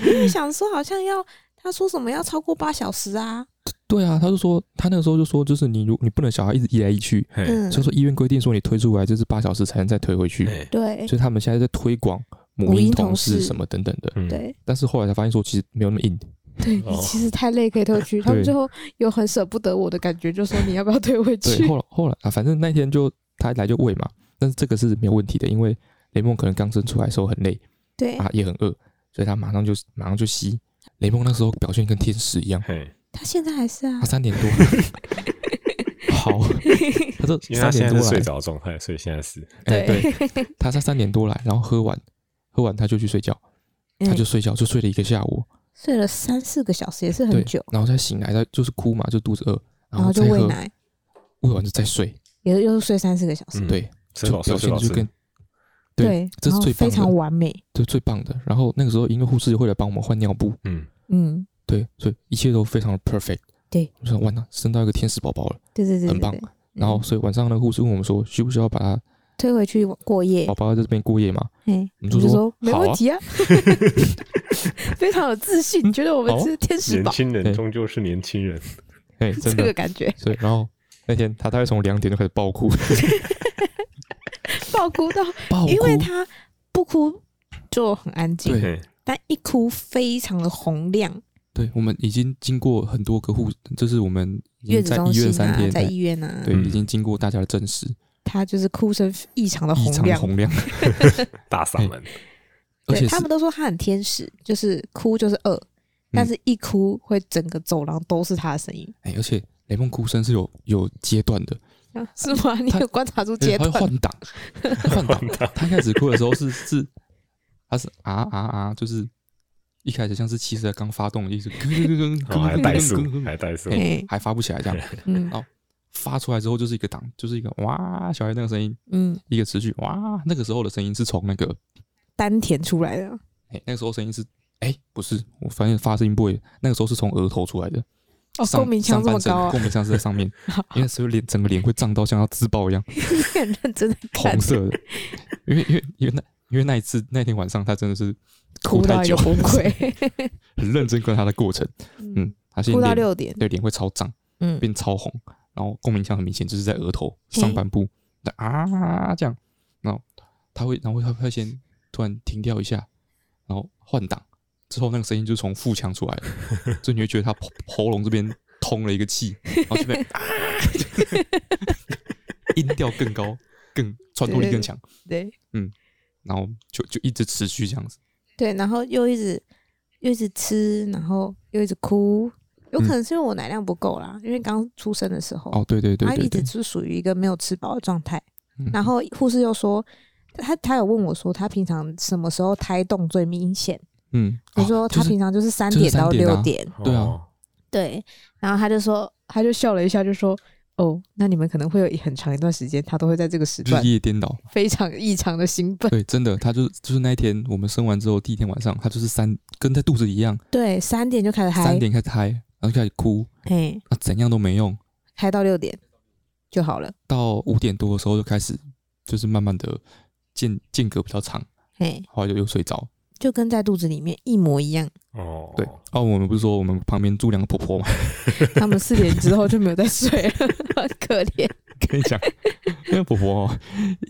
因为想说好像要他说什么要超过八小时啊，
对啊，他就说他那个时候就说，就是你如你不能小孩一直移来移去，
嘿
嗯，
所以说医院规定说你推出来就是八小时才能再推回去，
嘿
对
所以他们现在在推广母
母婴
婴
同
同事
事
什么等等的，
<laughs>
嗯，
对
但是后来才发现说其实没有那么硬，
对，
哦
其实太累可以退回去。
<laughs>
他们
对
最后有很舍不得我的感觉，就说你要不要退回去
对，？后来后来啊，反正那天就他一来就喂嘛，但是这个是没有问题的，因为雷梦可能刚生出来的时候很累，
对，
啊，也很饿，所以他马上就马上就吸。雷蒙那时候表现跟天使一
啊
样，
嘿，
他现在还是啊
他，
<laughs>
三点多，好，他说
因为他
三
现
点
在
多
是睡
来，
着的状态，所以现在是
哎、对，他在三点多来，然后喝完，喝完他就去睡觉，他
嗯
就睡觉，就睡了一个下午，
睡了三四个小时，也是
对
很久，，
然后再醒来，他就是哭嘛，就肚子饿，
然
后
后就
再
喂
喝，
奶，
喂完就再睡，
也又睡三四个小时，
嗯
对，
吃
就
饱睡
表
吃
现
饱
就
睡
跟，对这是
然后
最棒
非
的
常完美，
就最棒的。然后那个时候，因为护士会来帮我们换尿布，
嗯，
嗯，
对，所以一切都非常的 perfect。
对，
我想完了，生到一个天使宝宝了。
对对对，
很
对
棒
对
然后，
嗯
所以晚上那个护士问我们说，需不需要把他
推回去过夜
宝，宝要在这边过夜嘛？
哎，
我们
就
就说
没
好啊
问题
<laughs>
啊， <laughs> 非常有自信，觉得我们
好啊
是天使
年
宝，
轻人
对
终究是年轻人，
<laughs>
哎，
这
真
个
的。
感觉，
所以，然后那天他大概从两点就开始爆
<laughs>
哭，
爆哭到，
爆哭
因，为他不哭就很安静，
对
嘿
但一哭非常的洪亮，
对我们已经经过很多个护，就是我们已
月
经
子
在
中
医院
心
三
啊，
天，
在医院啊，
对，
嗯
已经经过大家的证实，
他就是哭声异常的
异
洪
常
亮，
洪亮，
大嗓门，
而
对
且是嗯
他们都说他很天使，就是哭就是饿，但是一哭会整个走廊都是他的声音，
哎，而且雷梦哭声是有有阶段的，
啊是 <laughs> 吗？你有观察出
而
阶
且他会
段？
换档，他换档。他一开始哭的时候是是，他是啊啊啊，就是一开始像是汽车刚发动的意思，咯咯咯咯
然后哦还
咯咯
带速
咯咯，咯
还带速，
嘿
哎还发不起来这样。
嗯
发出来之后就是一个档，就是一个哇，小孩那个声音，
嗯，
一个持续哇，那个时候的声音是从那个，
丹田出来的，
哎、那个时候声音是，哎、不是，我发现发声音不会，那个时候是从额头出来的，
哦，
上
共鸣
上
腔这
半
么
身
高啊
共！鸣腔是在上面，
<laughs>
因为所以脸整个脸会胀到像要自爆一样，
你
<laughs>
很认真的看
红，色
<laughs>
的。因为因为因为那因为那一次那天晚上他真的是
哭
太
到一
久
个，崩溃，
<laughs> 很认真跟他的过程，嗯，他先
哭到
脸
六点，
对脸会超胀，
嗯，
变超红，然后共鸣腔很明显就是在额头
嘿
上半部那啊这样，然后他会然后他会先突然停掉一下，然后换挡之后那个声音就从腹腔出来了，所以你会觉得他喉喉咙这边通了一个气，然后这边啊，音调更高，更穿透力更强，
对
然后就就一直持续这样子，
对，然后又一直又一直吃，然后又一直哭，有可
嗯
能是因为我奶量不够啦，因为刚出生的时候，
哦对对对
他
对
啊一直
对，
是属于一个没有吃饱的状态。
嗯
然后护士又说，他他有问我说，他平常什么时候胎动最明显？
嗯，
我
哦
说
就
他
是
平常就是三
就是
点
三
到
点啊
六点，
对啊
哦
对。然后他就说，
他就笑了一下，就说：“哦，那你们可能会有很长一段时间，他都会在这个时
日
段
夜颠倒，
非常异常的兴
<laughs>
奋。
对，真的，他就是就是那一天我们生完之后第一天晚上，他就是三跟在肚子一样，
对，三点就开始
三
嗨，
点开始嗨，然后就开始哭，
嘿，
啊，怎样都没用。
嗨到六点就好了，
到五点多的时候就开始，就是慢慢的间间隔比较长，
嘿，
后来就又睡着。
就跟在肚子里面一模一样。
哦，
对，哦，我们不是说我们旁边住两个婆婆嘛？
他们四点之后就没有再睡
<laughs>
了，很可怜。
<laughs> 跟你讲，那个婆婆、哦、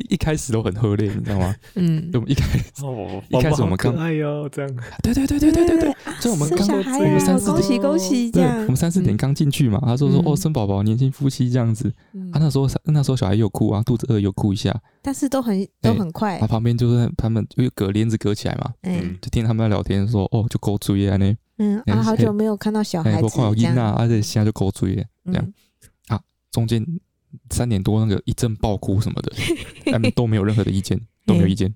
一一开始都很喝累，你知道吗？
嗯，
就我们一开始，
哦，
一开始我们
好可
刚
爱哟，这样
对对对对对对对，就我们
生
刚
小孩
我
啊
们三四
恭喜
点
恭喜这
对
样嗯
我。们三四点刚进去嘛，他说说、
嗯
哦生宝宝，年轻夫妻这样子。啊，那时候那时候小孩又哭啊，肚子饿又哭一下，
但是都
哎
很都很快
他，旁边就是他们因为隔帘子隔起来嘛，
哎、
嗯
就听他们在聊天说哦就勾追啊呢，
嗯
哎
啊，好久没有看到小
哎
孩
我
子
看有
这
囡
样，
啊，而且现在就勾追耶。这样
嗯，
中间三点多那个一阵爆哭什么
<laughs>
的，他们都没有任何的意见，都没有意见。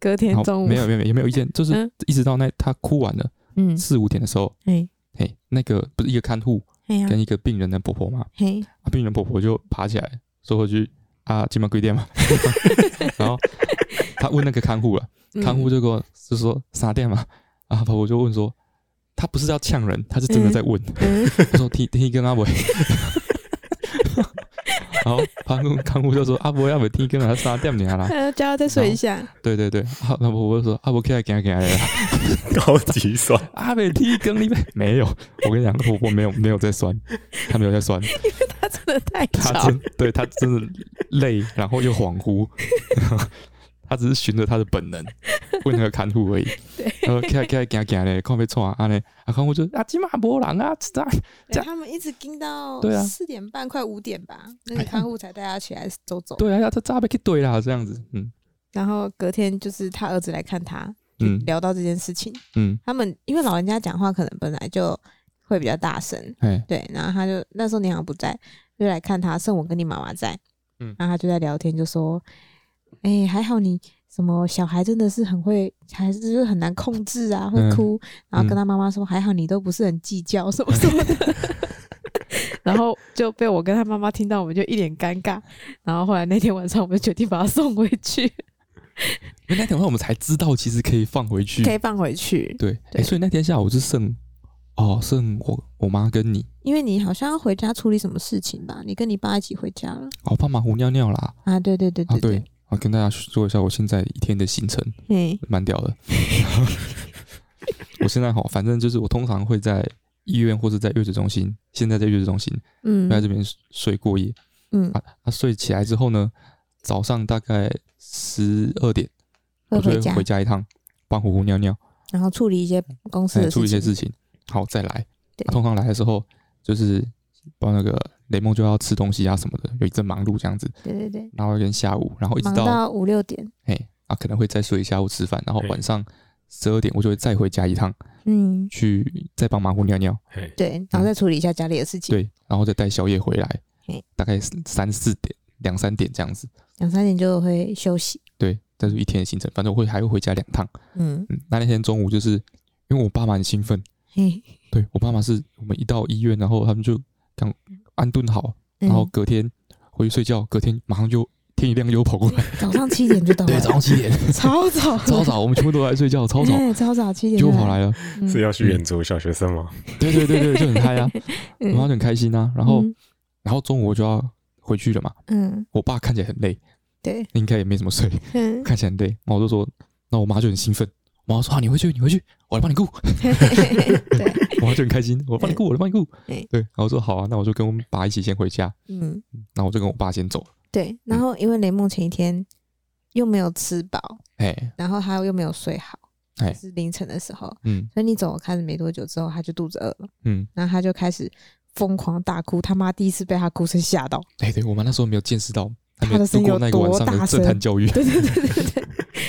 隔天
然后
中午
没有没有没有也没有意见，就是
嗯
一直到那他哭完了
嗯，
四五点的时候，
嘿，
嘿，那个不是一个看护
嘿哎呀、
跟一个病人的婆婆嘛，
嘿，
啊病人婆婆就爬起来说回去啊，今晚几点嘛？ <laughs> 然后他问那个看护了，啊
嗯
看
嗯
护就跟我就说三点嘛，啊婆婆就问说。他不是要呛人，他是真的在问。
嗯，
<laughs> 他说：“听听跟阿伟。” <laughs> 然后潘顾看护就说：“阿伯要不听跟他三点你啦 <laughs>
还
哎
要叫他再睡一下，？”
对对对，啊，那我就说：“阿伯起来行行来啦，
<laughs> 高级酸，
阿伯听跟你们没有。”我跟你讲，我我没有没有在酸，他没有在酸，
他真的太
他
吵，
真对他真的累，然后又恍惚， <laughs> 他只是循着他的本能问那个看护
<laughs>
而已。然后起来起来行行咧，看被创啊嘞，啊看护就啊，今嘛无人啊，这样这
哎他们一直盯到
对啊
四点半快五点吧，那
哎
个
呀
看护才带他起来走走，
对啊，要这扎被去对啦，这样子，嗯
然后隔天就是他儿子来看他，
嗯
聊到这件事情，
嗯，
他们因为老人家讲话可能本来就会比较大声，
哎。
对，然后他就那时候你好像不在，就来看他，剩我跟你妈妈在，
嗯
然后他就在聊天，就说，哎、还好你什么小孩真的是很会，还是就是很难控制啊，会
嗯
哭，然后
嗯
跟他妈妈说，还好你都不是很计较什么什么的， <laughs>
然后就被我跟他妈妈听到，我们就一脸尴尬。然后后来那天晚上，我们就决定把他送回去。
因为那天晚上我们才知道，其实可以放回去。
可以放回去，
对，哎、所以那天下午是剩哦，剩我我妈跟你，
因为你好像要回家处理什么事情吧，你跟你爸一起回家了
哦，帮忙胡尿尿啦。
啊，对对对
啊，
对
对，啊，跟大家说一下我现在一天的行程，
嘿，
蛮屌的。 <laughs> 我现在好，反正就是我通常会在医院或是在月子中心，现在在月子中心，
嗯
会在这边睡过夜。
嗯，
啊，啊睡起来之后呢，早上大概十二点，
会
我就
回
会
家
回，家一趟，帮虎虎尿尿。
然后处理一些公司
哎，
的
处理一些
事情，
事情，好再来。
对
啊通常来的时候，就是帮那个雷梦就要吃东西啊什么的，有一阵忙碌这样子，
对对对，
然后跟下午，然后一直
忙
到
到五六点，
哎啊可能会再睡一下午吃饭，然后
嘿
晚上十二点我就会再回家一趟，
嗯。
去再帮马虎尿尿，
嘿，
对，然后再处理一下家里的事情。
嗯对，然后再带宵夜回来
嘿，
大概三四点两三点这样子，
两三点就会休息。
对，这是一天的行程，反正我会还会回家两趟。
嗯，
嗯，那那天中午就是因为我爸妈很兴奋，
嘿，
对我爸妈是我们一到医院，然后他们就刚安顿好，
嗯
然后隔天回去睡觉，隔天马上就天一亮就跑过来，
早上七点就到
对，
了，
早上
<laughs>
七点，
超早，
超早，我们全部都在睡觉，超
<laughs>
早
哎，超早七点
就
就
跑来了，
嗯
<laughs> 是要去远足小学生吗？
对对对对，就很
<laughs>
嗨啊，然后就很开心啊，然后
嗯
然后中午我就要回去了嘛，
嗯，
我爸看起来很累，
对，
应该也没怎
<laughs>
么睡，
嗯，
看起来很累，然后我就说，那我妈就很兴奋，我妈说啊，你回去，你回去，我来帮你
<laughs>
顾，<laughs>
对，
我妈就很开心，我帮你顾，我来帮你顾，
嗯
对，然后我说好啊，那我就跟我爸一起先回家，
嗯，
然后我就跟我爸先走，
对。然后因为雷梦前一天又没有吃饱，
哎，
然后他又没有睡好，
哎
是凌晨的时候，
嗯
所以你走开始没多久之后，他就肚子饿了，
嗯，
然后他就开始疯狂大哭，他妈第一次被他哭声吓到，
哎，对我妈那时候没有见识到，还没
她的
度
声音
过
有
那个晚
多
上的
大
震撼
声
教育，
对对对对对，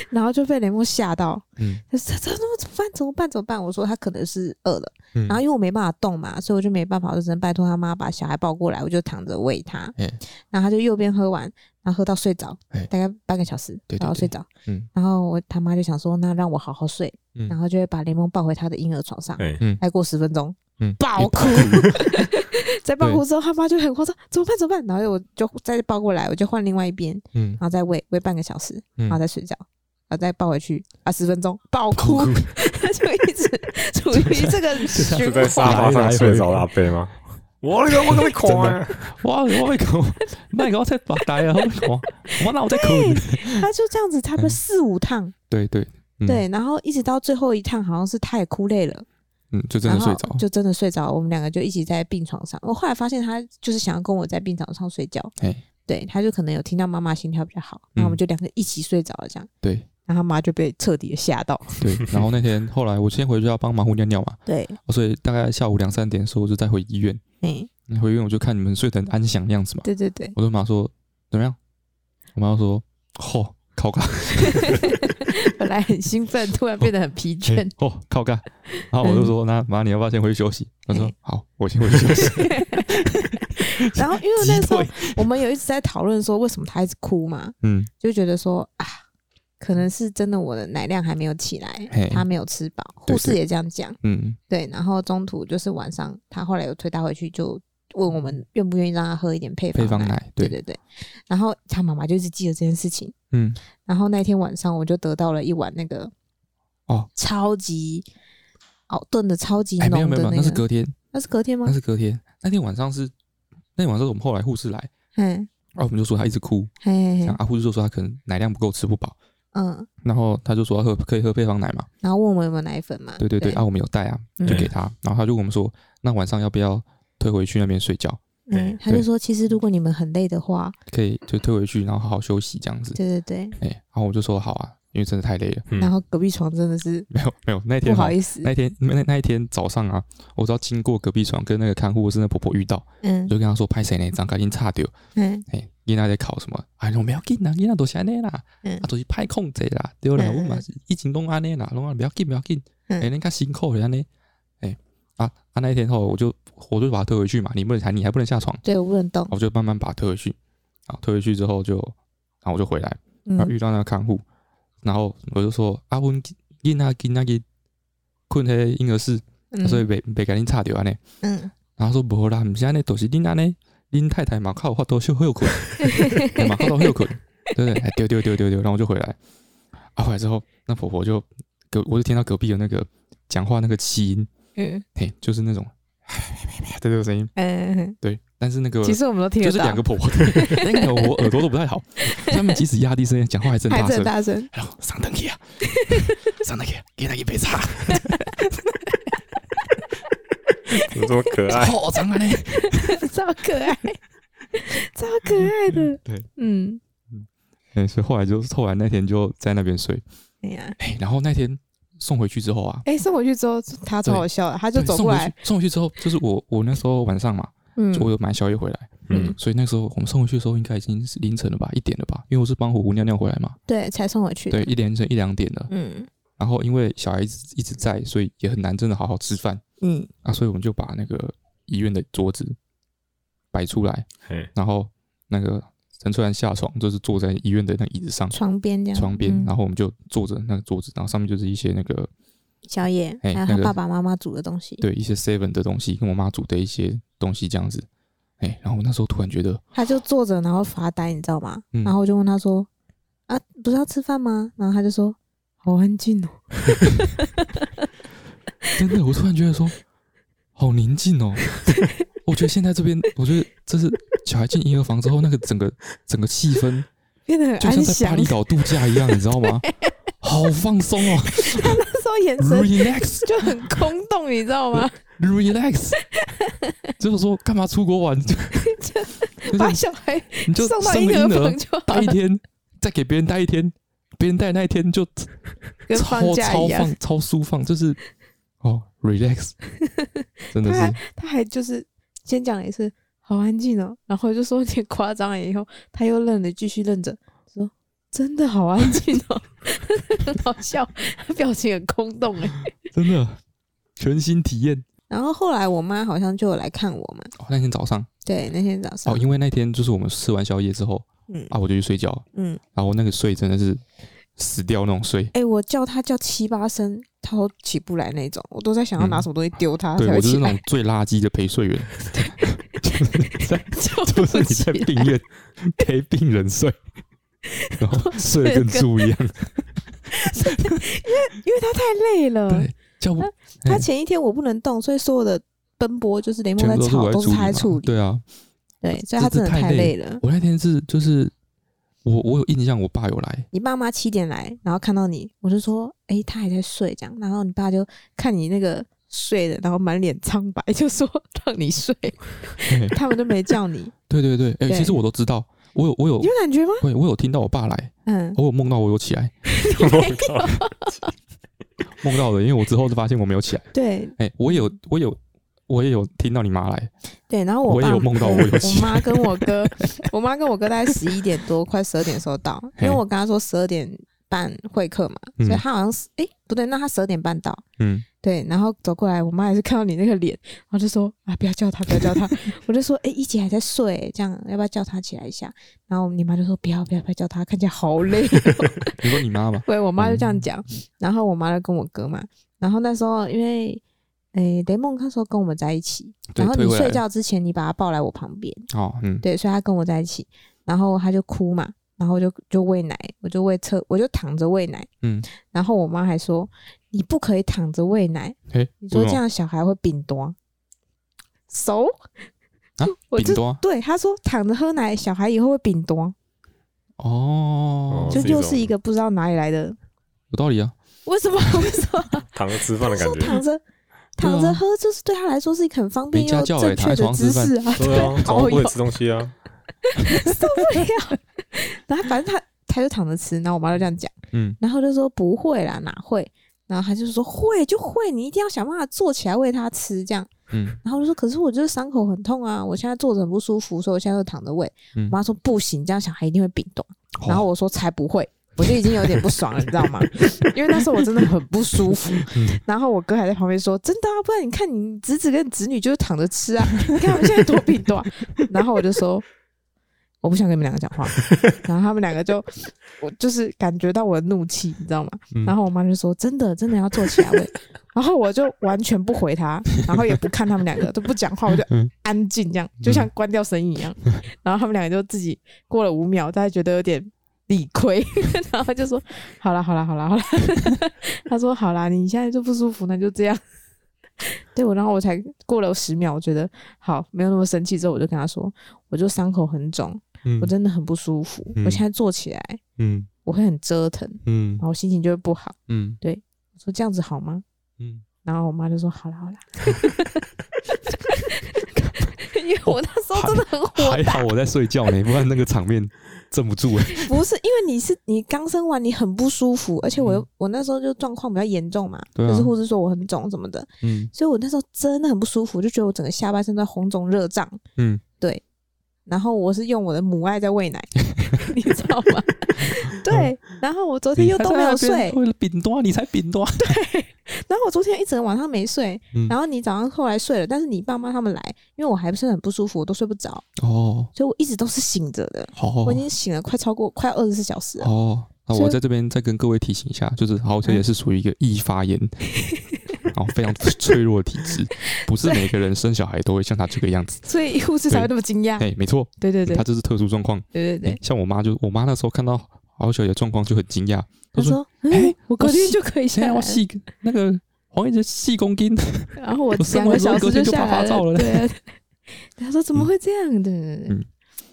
然后就被雷梦吓到，
嗯
他说这这怎么办？怎么办？怎么办？我说他可能是饿了，
嗯，
然后因为我没办法动嘛，所以我就没办法，我就只能拜托他妈把小孩抱过来，我就躺着喂他。
哎
然后他就右边喝完，然后喝到睡着
哎，
大概半个小时，
对对
然后
对
睡着。
嗯
然后我他妈就想说，那让我好好睡，
嗯
然后就会把雷蒙抱回他的婴儿床上。
哎，
再过十分钟，
嗯
爆哭，在爆哭之后，他妈就很慌张，怎么办？怎么办？然后我就再抱过来，我就换另外一边，
嗯
然后再喂喂半个小时，
嗯
然后再睡觉，然后再抱回去啊，十分钟爆哭，他 <laughs> 就一直处于这个
是
循
在沙
环。
发上睡着的阿贝吗？ <laughs> 我那个我跟你讲啊，
哇！我咪
<laughs>
讲，咪我在发呆啊！我咪讲，我哪有在哭？
他就这样子，差不多四五趟，
对对嗯
对，然后一直到最后一趟，好像是他也哭累了，
嗯，就真
然
的
后
睡着。
就真的睡着。我们两个就一起在病床上。我后来发现他就是想要跟我在病床上睡觉，
哎，
对，他就可能有听到妈妈心跳比较好，
嗯
然后我们就两个一起睡着了，这样，
对
然后他妈就被彻底的吓到。
对。然后那天后来我先回去要帮马虎尿尿嘛，
对，
所以大概下午两三点的时候我就再回医院。
哎，
回医院我就看你们睡得很安详的样子嘛，
对对对，
我就马上说怎么样？我妈说吼靠嘎，
本来很兴奋，突然变得很疲倦
哎。吼靠嘎。然后我就说
嗯
那妈你要不要先回去休息？她
哎
说好，我先回去
<laughs>
休息。
然后因为那
<laughs>
时候
击
我们有一直在讨论说为什么他一直哭嘛，
嗯
就觉得说啊，可能是真的我的奶量还没有起
嘿
来，他没有吃饱。
对
护士
对
也这样讲，
嗯
对。然后中途就是晚上，他后来有推他回去，就问我们愿不愿意让他喝一点配方
配方
奶
奶
对
对
对对。然后他妈妈就一直记得这件事情。
嗯，
然后那天晚上我就得到了一碗那个
哦
超级熬炖的超级
哎没有
浓
没有
的
没有，
那
那是
个，
隔天，
那是隔天吗
那？是隔天，那天晚上是那天晚上是我们后来护士来，
嗯，
然后我们就说他一直哭，
嘿嘿
然
嘿
后，啊阿护士就说他可能奶量不够吃不饱，
嗯。
然后他就说他喝可以喝配方奶嘛，
然后问我们有没有奶粉嘛？
对对对，啊我们有带啊，
嗯
就给他，然后他就跟我们说那晚上要不要推回去那边睡觉，
嗯，他
对
就说，其实如果你们很累的话，
可以就推回去，然后好好休息这样子，
对对对，
哎，然后我就说好啊，因为真的太累了， <laughs>
嗯
然后隔壁床真的是
没有没有那一
不
天
好
哦
意思，
那一天那那一天早上啊，我只要经过隔壁床跟那个看护是那婆婆遇到，
嗯
我就跟她说拍谁呢，张赶紧差掉，
嗯
哎，囡仔在考什么？哎，我不要紧啦，囡仔都是安尼啦，
嗯
啊，都是歹控制啦，对啦，
嗯嗯
我嘛是以前拢安尼啦，拢啊不要紧不要紧，
嗯
哎，恁较辛苦的安尼，哎，啊啊那一天后我就我就把他推回去嘛，你不能还你还不能下床，
对我不能动，
我就慢慢把他推回去，啊，推回去之后就，然后我就回来，然后
嗯
遇到那个看护，然后我就说啊，阮囡仔囡仔去困迄婴儿室，
嗯
所以袂袂甲恁吵着安尼，
嗯，
然后说无啦，毋是安尼，就是恁安尼，恁太太嘛靠法度休休困，哎 <laughs> 嘛靠度休困，对不对？哎对对对对对，然后我就回来，啊回来之后，那婆婆就隔我就听到隔壁有那个讲话那个气音，
嗯
嘿，就是那种 <laughs> 的这个声音，
嗯嗯，
对，但是那个
其实我们都听
呃
得
就是
到，
两个婆婆，那个我耳朵都不
<laughs>
太好，他们即使压低声音讲话还是很
还
大
是
声
很，大声，
然后上灯去啊， <laughs> 上灯去啊，给他一杯茶，
怎么这么可
哎
<laughs>
爱？
好脏啊嘞！
<laughs> 超可爱，超可爱的，
对，
嗯，
对，所以后来就后来那天就在那边睡，
哎呀，
哎，然后那天送回去之后啊，
哎，送回去之后他超好笑的，他就
对
走
送
过
回
来
去，送回去之后，就是我我那时候晚上嘛，
嗯
就我有买宵夜回来，
嗯
所以那时候我们送回去的时候应该已经是凌晨了吧，一点了吧，因为我是帮虎虎尿尿回来嘛，
对，才送回去的
对，，一凌晨一两点了。
嗯
然后因为小孩子一直在，所以也很难真的好好吃饭
嗯
啊，所以我们就把那个医院的桌子摆出来，
哎，
然后那个陈翠兰下床就是坐在医院的那个椅子上。
床边这样，
床边，
嗯
然后我们就坐着那个桌子，然后上面就是一些那个
宵夜，
哎
还有
那
他
个
爸爸妈妈煮的东西，
对一些 seven 的东西，跟我妈煮的一些东西这样子。哎、哎、然后我那时候突然觉得，
他就坐着，然后发呆，你知道吗？
嗯
然后我就问他说：“啊，不是要吃饭吗？”然后他就说：“好安静哦。
真的，我突然觉得说，好宁静哦。 <laughs> 我觉得现在这边，我觉得这是小孩进婴儿房之后，那个整个整个气氛，”
变得很
就
安
像在巴
详
厘。岛度假一样，你知道吗？好放松
<laughs>
哦
那时候眼神
，relax
就很空洞，你知道
<laughs>
吗？
relax，就是说干嘛出国玩， <laughs> 就
把
是
小孩
你就
送到
生
婴
个
儿
婴儿
房就好
待一
了，
天，再给别人待一天，别人待那一天就
跟放
超
假
超
一样。
放超舒放，就是哦
<laughs>
relax，真的是
他还就是先讲了一次“好安静哦”，然后就说有点夸张了，以后他又愣了，继续愣着说：“真的好安静哦。” <laughs> 很好笑，他表情很空洞哎。
真的全新体验。
然后后来我妈好像就有来看我嘛，
哦，那天早上
对，那天早上，
哦，因为那天就是我们吃完宵夜之后
嗯
啊，我就去睡觉，
嗯，
然后那个睡真的是死掉那种睡。
哎、我叫他叫七八声，他都起不来那种，我都在想要拿什么东西丢他
嗯对
才
我
会
就是
起
那
来，
种最垃圾的陪睡
<laughs>
员， <laughs>
叫
就
不
是你
起啊
在
来
病院陪病人睡，然后睡得跟猪一样。
因为他太累了。
对，叫不
他前一天我不能动，所以所有的奔波就是雷蒙
全
在
部都是
吵，
我在
都是他在
处
处
理嘛。
理。
对啊，
对，所以他
这
真
这
的
太
太
累
累了。
我那天是就是我我有印象，我爸有来，
你爸妈七点来，然后看到你，我就说，哎、他还在睡这样，然后你爸就看你那个睡的，然后满脸苍白，就说 <laughs> 让你睡，
嘿
他们都没叫你，
对对对，哎，
对
其实我都知道，我有 <laughs> 我有
你有感觉吗？
我有我有听到我爸来，
嗯，
我有梦到我有起来，
我靠，
梦到的，因为我之后就发现我没有起来。
对
哎，我也有我有我也有听到你妈来，
对，然后我
我也
爸
有梦到
我
我有起
我妈跟我
<laughs>
哥，我妈跟我哥大概十一点多，快十二点的时候到，因为
嘿
我跟他说十二点半会客嘛，
嗯
所以他好像是，哎、不对，那他十二点半到，
嗯，
对，然后走过来，我妈也是看到你那个脸，然后就说啊，不要叫她，不要叫
<laughs>
她。我就说，哎、一姐还在睡，这样要不要叫她起来一下？然后你妈就说不要，不要，不要叫她，看起来好
<laughs>
累。
你说你
<laughs>
妈吗？
对我妈就这
嗯
样讲，然后我妈就跟我哥嘛，然后那时候因为。诶，雷梦那时候跟我们在一起，
对
然后你
推回来
睡觉之前，你把她抱来我旁边，
哦，嗯，
对，所以他跟我在一起，然后他就哭嘛，然后就就喂奶，我就喂侧，我就躺着喂奶，
嗯，
然后我妈还说你不可以躺着喂奶，
哎，
你说
为什么
这样小孩会饼多熟？
啊，
<laughs> 我
饼
就
多啊
对他说躺着喝奶，小孩以后会饼多，
哦
哦，
就是
一
又
种
是一个不知道哪里来的，
有道理啊。
为什么？ <laughs> 为什么？
躺着吃饭的感
说
觉，
躺着。躺
对
着
啊
喝，就是对他来说是一个很方便
没家
又
教
正
欸躺
确的
在床上
姿
吃饭
势啊，
对啊，早
好
上不
有
会吃东西啊，
受不了。 <laughs> 然后反正他他就躺着吃，然后我妈就这样讲。
嗯，
然后就说不会啦，哪会？然后他就说会就会，你一定要想办法坐起来喂他吃这样。
嗯，
然后我就说可是我就是伤口很痛啊，我现在坐着很不舒服，所以我现在就躺着喂。
嗯
我妈说不行，这样小孩一定会病短。
好
然后我说才不会，我就已经有点不爽了，你知道吗？因为那时候我真的很不舒服。
嗯
然后我哥还在旁边说真的啊，不然你看你侄子跟侄女就是躺着吃啊，你看他们现在多病短。然后我就说我不想跟你们两个讲
<laughs>
话。然后他们两个就我就是感觉到我的怒气，你知道吗？
嗯
然后我妈就说：“真的，真的要坐起来喂。”然后我就完全不回她，然后也不看他们两个，都不讲话，我就
嗯
安静，这样就像关掉声音一样。然后他们两个就自己过了五秒，大家觉得有点理亏， <laughs> 然后就说：“好啦，好啦，好啦， <laughs> 好啦。”他说：“好啦，你现在就不舒服，那就这样。”对我，然后我才过了十秒，我觉得好没有那么生气，之后我就跟他说：“我就伤口很肿，
嗯
我真的很不舒服，
嗯
我现在坐起来
嗯
我会很折腾，
嗯
然后心情就会不好。
嗯
我说这样子好吗？
嗯，
然后我妈就说好啦好啦， <laughs> 因为我那时候真的很火
还
大
哦好，我在睡觉呢，不然那个场面镇不住哎。
不是因为你是你刚生完你很不舒服，而且我又、
嗯
我那时候就状况比较严重嘛，
对啊
就是护士说我很肿什么的，
嗯
所以我那时候真的很不舒服，就觉得我整个下半身都在红肿热胀，
嗯，
然后我是用我的母爱在喂奶， <laughs> 你知道吗？ <laughs> 对，
嗯
然后我昨天又都没有睡，
为了饼多，啊你才饼多。
然后我昨天一整晚上没睡，
嗯
然后你早上后来睡了，但是你爸妈他们来，因为我还不是很不舒服，我都睡不着，
哦，
所以我一直都是醒着的。
好好
我已经醒了快超过快二十四小时了。
哦哦。那
所
我
以嗯
在这边再跟各位提醒一下，就是好，这也是属于一个易发炎，然哦后非常脆弱的体质，不是每个人生小孩都会像他这个样子。
所以护士才会那么惊讶。
哎，没错，
啊对对对
他这是特殊状况。
对对对
哎，像我妈就，我妈那时候看到好小姐的状况就很惊讶，她
他
说
说：“嗯
哎，
我隔天就可以下
现
来
在
了
要，细那个黄一哲细公斤，
然后我
我生
两
完
个
之后
小
隔
时
天就
下
啪啪
来
照了
对
<laughs>
啊，他说：“怎么会这样？”对对对
嗯
对，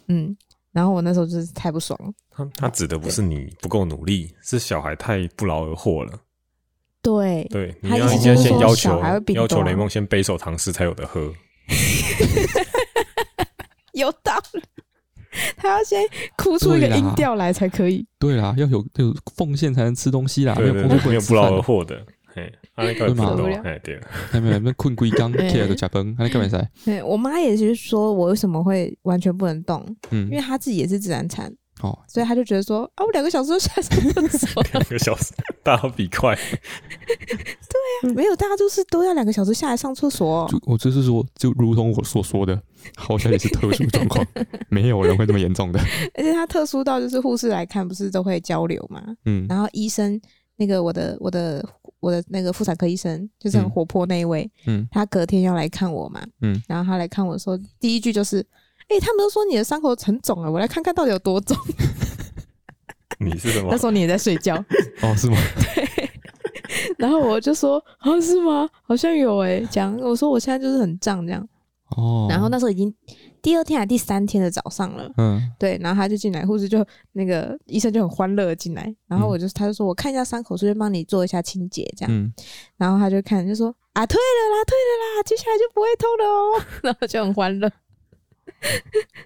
嗯。然后我那时候就是太不爽了，
他他指的不是你不够努力，是小孩太不劳而获了。
对，
对，你
他
要
意思
应该
就是
先
说
要
小
求
孩会冰
要求
冻啊
雷梦先背首唐诗才有的喝。
有道理。他要先哭出一个
对啦
音调来才可以。
对啦，要有要有奉献才能吃东西啦，啊没
对
有
对
奉献
对，
不
没有
能
不
吃
劳而
饭。
获的。嘿，啊阿力盖
受
不
不
懂
了，
哎，对了，
还 <laughs> 没有没有困龟
<laughs>
缸，起来就加崩，还能干嘛噻？
对我妈也是说我为什么会完全不能动，
嗯
因，为她自己也是自然产，
哦，
所以她就觉得说啊，我两个小时就下厕所
两个小时大家比快，
<laughs> 没有，大家就是都要两个小时下来上厕所、哦
就我就是说，就如同我所说的，好像也是特殊
<laughs>
状况，没有人会这么严重的。
而且她特殊到就是护士来看不是都会交流嘛， <laughs>
嗯，
然后医生那个我的我的我的那个妇产科医生就是很
嗯
活泼那一位，
嗯，
他隔天要来看我嘛，
嗯，
然后他来看我说第一句就是，哎、他们都说你的伤口很肿啊了，我来看看到底有多肿。
你是什么
那？时候你也在睡觉，
哦，
<laughs>
是吗？
然后我就说啊是吗？好像有哎、讲我说我现在就是很胀这样，
哦，
然后？那时候已经第二天还第三天的早上了。
嗯，
对，然后他就进来，护士就那个医生就很欢乐地进来，然后我就、他就说我看一下伤口，顺便帮你做一下清洁这样，
嗯，
然后他就看就说啊退了啦，退了啦，接下来就不会痛了哦， <laughs> 然后就很欢乐，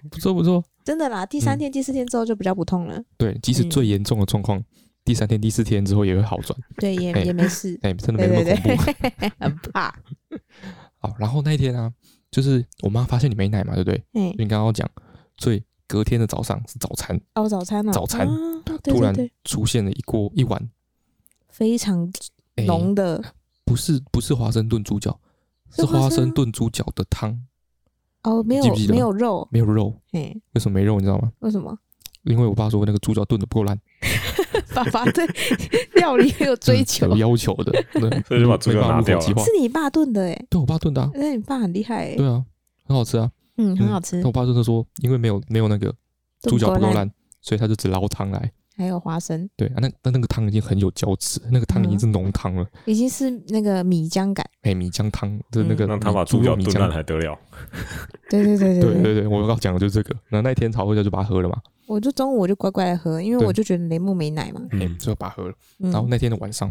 不错不错。
真的啦，第
嗯
三天、第四天之后就比较不痛了，
对，即使最严重的状况，第三天、第四天之后也会好转。
对，也
哎
也没事，
哎，真的
对
没那
对
么恐怖。 <laughs>
对，很怕，
好，然后那一天啊，就是我妈发现你没奶嘛，对不对？
哎，
你刚刚讲，所以隔天的早上是早餐，
哦，早餐呢？
早餐
啊对对
突然
对，
出现了一锅一碗，
非常
哎，
浓的
不是不是华盛顿猪脚，
是
是花
花生啊
生炖猪脚的汤，
哦，没有
记不记得
没有
<laughs>
肉，
没有肉。
哎，
为什么没肉？你知道吗？
为什么？
因为我爸说那个猪脚炖的不够烂。
爸爸
<laughs>
对料理很有追求
嗯，有要求的，对，
所以就把猪脚
没办法
拿掉
入口即
了
化
是你爸炖的哎、
对我爸炖的、啊，
那你爸很厉害哎、
对啊，很好吃啊，
嗯，很
嗯
好吃
但。我爸就是说，因为没有没有那个
炖
猪脚不
锅
够
烂，
烂，所以他就只捞汤来。
还有花生，
对啊，那那那个汤已经很有胶质，那个汤已经是浓汤了，
已经是那个米浆感。
哎、米浆汤的那个米，
让他把猪
肉
脚
米
炖烂
浆。
还得了？
对对对对
对
对，
对对，我要讲的就是这个。那那天曹会家就把它喝了嘛，
我就中午我就乖乖的喝，因为
对
我就觉得雷姆没奶嘛。
嗯，
嗯
就把它喝了。
嗯、
然后那天的晚上，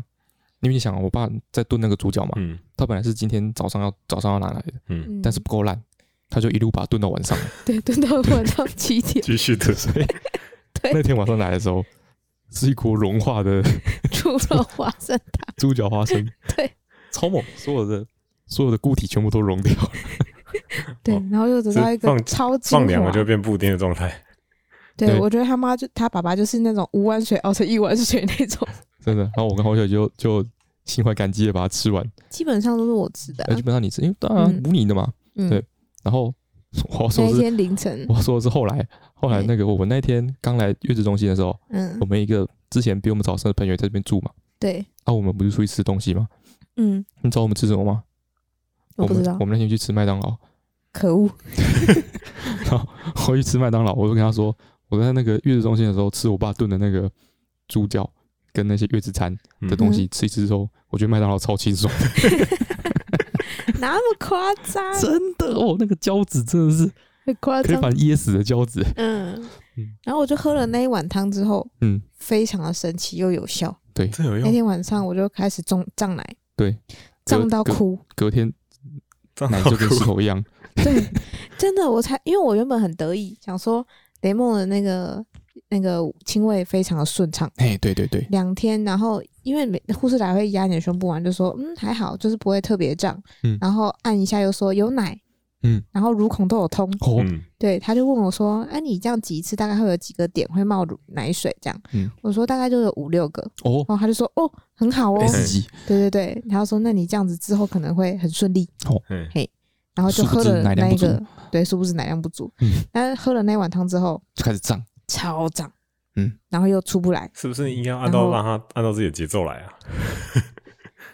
因为你想、啊，我爸在炖那个猪脚嘛，
嗯
他本来是今天早上要早上要拿来的，
嗯，
嗯
但是不够烂，他就一路把它炖到晚上。
<laughs> 对炖到晚上七 <laughs> 点，
继续
<laughs>
的，
那天晚上来的时候，是一锅融化的
啊猪肉花生汤，，
猪脚花生
<laughs> 对，
超猛，所有的所有的固体全部都融掉了，
对，
哦
然后又得到一个
放
超精华。
放凉
啊
了就变布丁的状态。
对
对
我觉得他妈就他爸爸就是那种五碗水熬成一碗水那种，
<laughs> 真的。然后我跟黄小姐就就心怀感激的把它吃完，哎
基本上都是我吃的啊、
那基本上你吃，因为当然
嗯
无你的嘛。
嗯，
对然后我要
那
说
一
的是，
天凌晨
我，要说的是后来后来
对
那个我们那天刚来月子中心的时候，
嗯
我，们一个之前比我们早生的朋友也在这边住嘛，
对，
啊，我们不是出去吃东西嘛？
嗯，
你知道我们吃什么吗？
我不知
们
道
我，们那天去吃麦当劳，
可恶， <laughs>
我去吃麦当劳，我就跟他说，我在那个月子中心的时候吃我爸炖的那个猪脚跟那些月子餐
嗯
的东西，吃一吃之后，我觉得麦当劳超清爽，
啊哪那么夸张？
真的 <laughs> 哦，那个胶质真的是
很夸
可以
张
把。你噎死的胶质，
嗯
嗯，
然后我就喝了那一碗汤之后，
嗯，
非常的神奇又有效。
对，
这有
那
用？
天晚上我就开始中胀奶，
对，
胀到
隔
哭，
隔天
这
奶
<laughs> 样好
就跟石
酷
头一样，
对， <laughs> 真的，我才因为我原本很得意，想说雷梦的那个那个亲喂非常的顺畅，
哎，对对对，
两天，然后因为每护士来会压你的胸部完，就说嗯还好，就是不会特别胀，
嗯
然后按一下又说有奶，
嗯，
然后乳孔都有通，
哦，
嗯，
对，他就问我说：“哎、你这样挤一次大概会有几个点会冒乳奶水？”这样，
嗯
我说大概就有五六个。
哦
然后他就说：“哦，很好哦。
，S 级，
对对对，他说：“那你这样子之后可能会很顺利。
嗯”
然后就
殊不
喝
知
了
奶量
那
不
一
足
个，对，殊不知奶量不足。
嗯
但是喝了那一碗汤之后，
就开始胀，
超胀，
嗯，
然后又出不来，
是不是应该按
然
照
后
<laughs> 让他按照自己的节奏来啊？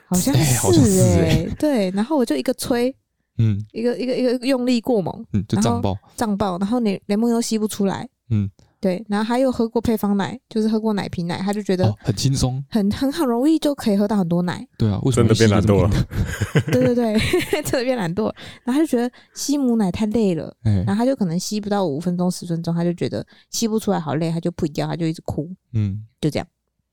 好像
哎好像是
是
哎
哎，对，然后我就一个吹，
嗯
一个一个一个用力过猛
嗯，就
然
胀
后
爆，
胀爆，然后连连梦又吸不出来，
嗯，
对，然后他又喝过配方奶，就是喝过奶瓶奶，他就觉得
哦，很轻松，
很 <laughs> 很很容易就可以喝到很多奶， <laughs>
对啊，为什
真
么
的
会吸
变
一个
懒
这么
惰
硬的？
了。
对对 <laughs> 对，真的变懒惰了，然后他就觉得吸母奶太累了，
哎
然，后他就可能吸不到五分钟十分钟，他就觉得吸不出来好累，他就不要，他就一直哭，
嗯，
就这样，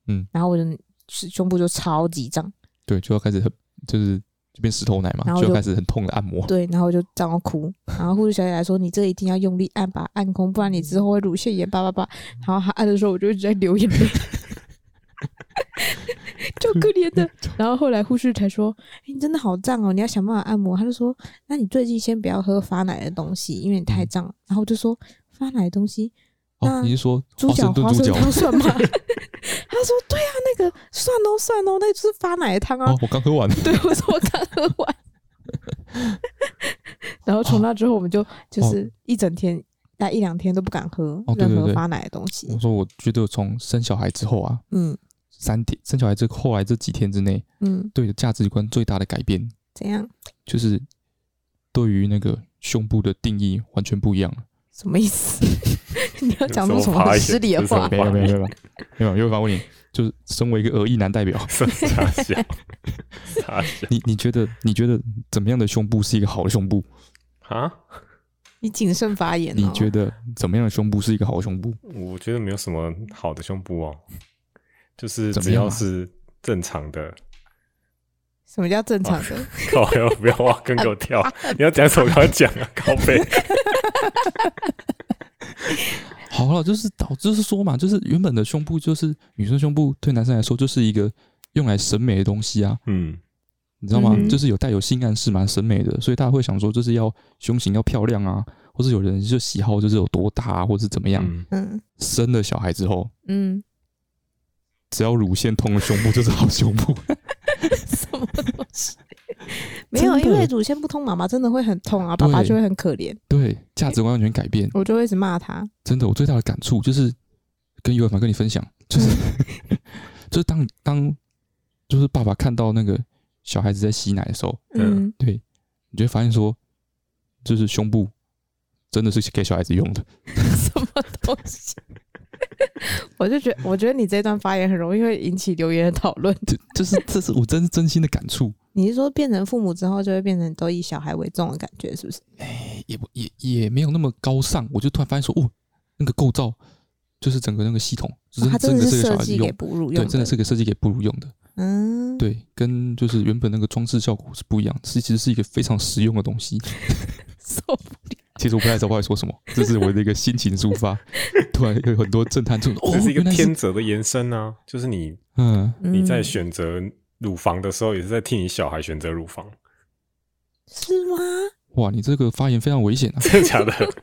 嗯，
然后我就胸部就超级胀，
对，就要开始很就是就变石头奶
然
嘛，
后
就要
就
开始很痛的按摩，
对，然后我就胀到哭，然后护士小姐来说你这一定要用力按把它按空，不然你之后会乳腺炎叭叭叭，然后她按的时候我就一直在流眼泪。 <laughs> 就可怜
<laughs>
的，然后后来护士才说：“哎、你真的好胀哦，你要想办法按摩。”他就说：“那你最近先不要喝发奶的东西，因为你
嗯
太胀。”了。然后我就说：“发奶的东西
哦，
那
你是说
猪
花
脚
生炖
花
猪
生
脚？
汤算
<laughs>
吗？他说对啊，那个算哦算哦，那就是发奶的汤啊。
哦，我刚喝完，
<laughs> 对，我说我刚喝完。 <laughs> 然后
哦
从那之后，我们就就是一整天，大概一两天都不敢喝
哦对
任
对哦
何
对
发奶的东西。
<laughs> 我说我觉得从生小孩之后啊，
嗯
三天生小孩之后来这几天之内，
嗯，
对你的价值观最大的改变
怎样？
就是对于那个胸部的定义完全不一样了。
什么意思？ <laughs> 你要讲出
有
什
什么
么
发
很
言
失礼的
有什么
话？
没有没有没 <laughs> 有没有，又反问你，就是身为一个俄裔男代表，
傻笑，
<laughs>
傻笑
你你觉得你觉得怎么样的胸部是一个好的胸部？
啊！
你谨慎发言哦。
你觉得怎么样的胸部是一个好的胸部？
我觉得没有什么好的胸部哦，就是
怎么
只
样
要
啊
是正常的。 <laughs>
什么叫正
哦
常
<laughs>
的？
靠腰，不要挖坑给我
啊
跳！你要讲什么？跟我讲啊， <laughs> 靠背。
好了，就是导就是说嘛，就是原本的胸部就是女生胸部对男生来说就是一个用来审美的东西啊，
嗯，
你知道吗？
嗯
就是有带有性暗示嘛，审美的，所以大家会想说就是要胸型要漂亮啊，或是有人就喜好就是有多大、啊，或是怎么样。
嗯
嗯
生了小孩之后，
嗯，
只要乳腺通了，胸部就是好胸部。
什么东
<laughs>
西？没有，
真的
因为乳腺不通，妈妈真的会很痛啊，爸爸
对
就会很可怜，
对，价值观完全改变。
我就会一直骂他。
真的，我最大的感触就是跟尤尔凡跟你分享，就是就是当当就是爸爸看到那个小孩子在吸奶的时候，
嗯
嗯，
对，啊你就会发现说，就是胸部真的是给小孩子用的。 <laughs>
什么东西？ <laughs> 我就觉我觉得你这段发言很容易会引起留言的讨论。
这就是这是我真真心的感触，
你是说变成父母之后就会变成都以小孩为重的感觉，是不是？
也不也也没有那么高尚。我就突然发现说，哦，那个构造就是整个那个系统，真
哦它真
真
的
的
是
是给
设
小孩子
计给
用，
哺乳用
对，真的是给设计给哺乳用的。
嗯，
对，跟就是原本那个装饰效果是不一样，是其实是一个非常实用的东西。 <laughs>
受不了。
其实我不太知道该说什么，这是我的一个心情抒发。 <laughs> 突然有很多震撼处，哦，
这是一个
原来
天
是
择的延伸啊，就是你
嗯，
你在
嗯
选择乳房的时候，也是在替你小孩选择乳房，
<laughs> 是吗？
哇，你这个发言非常危险啊，
<laughs> 真的假的？
<laughs>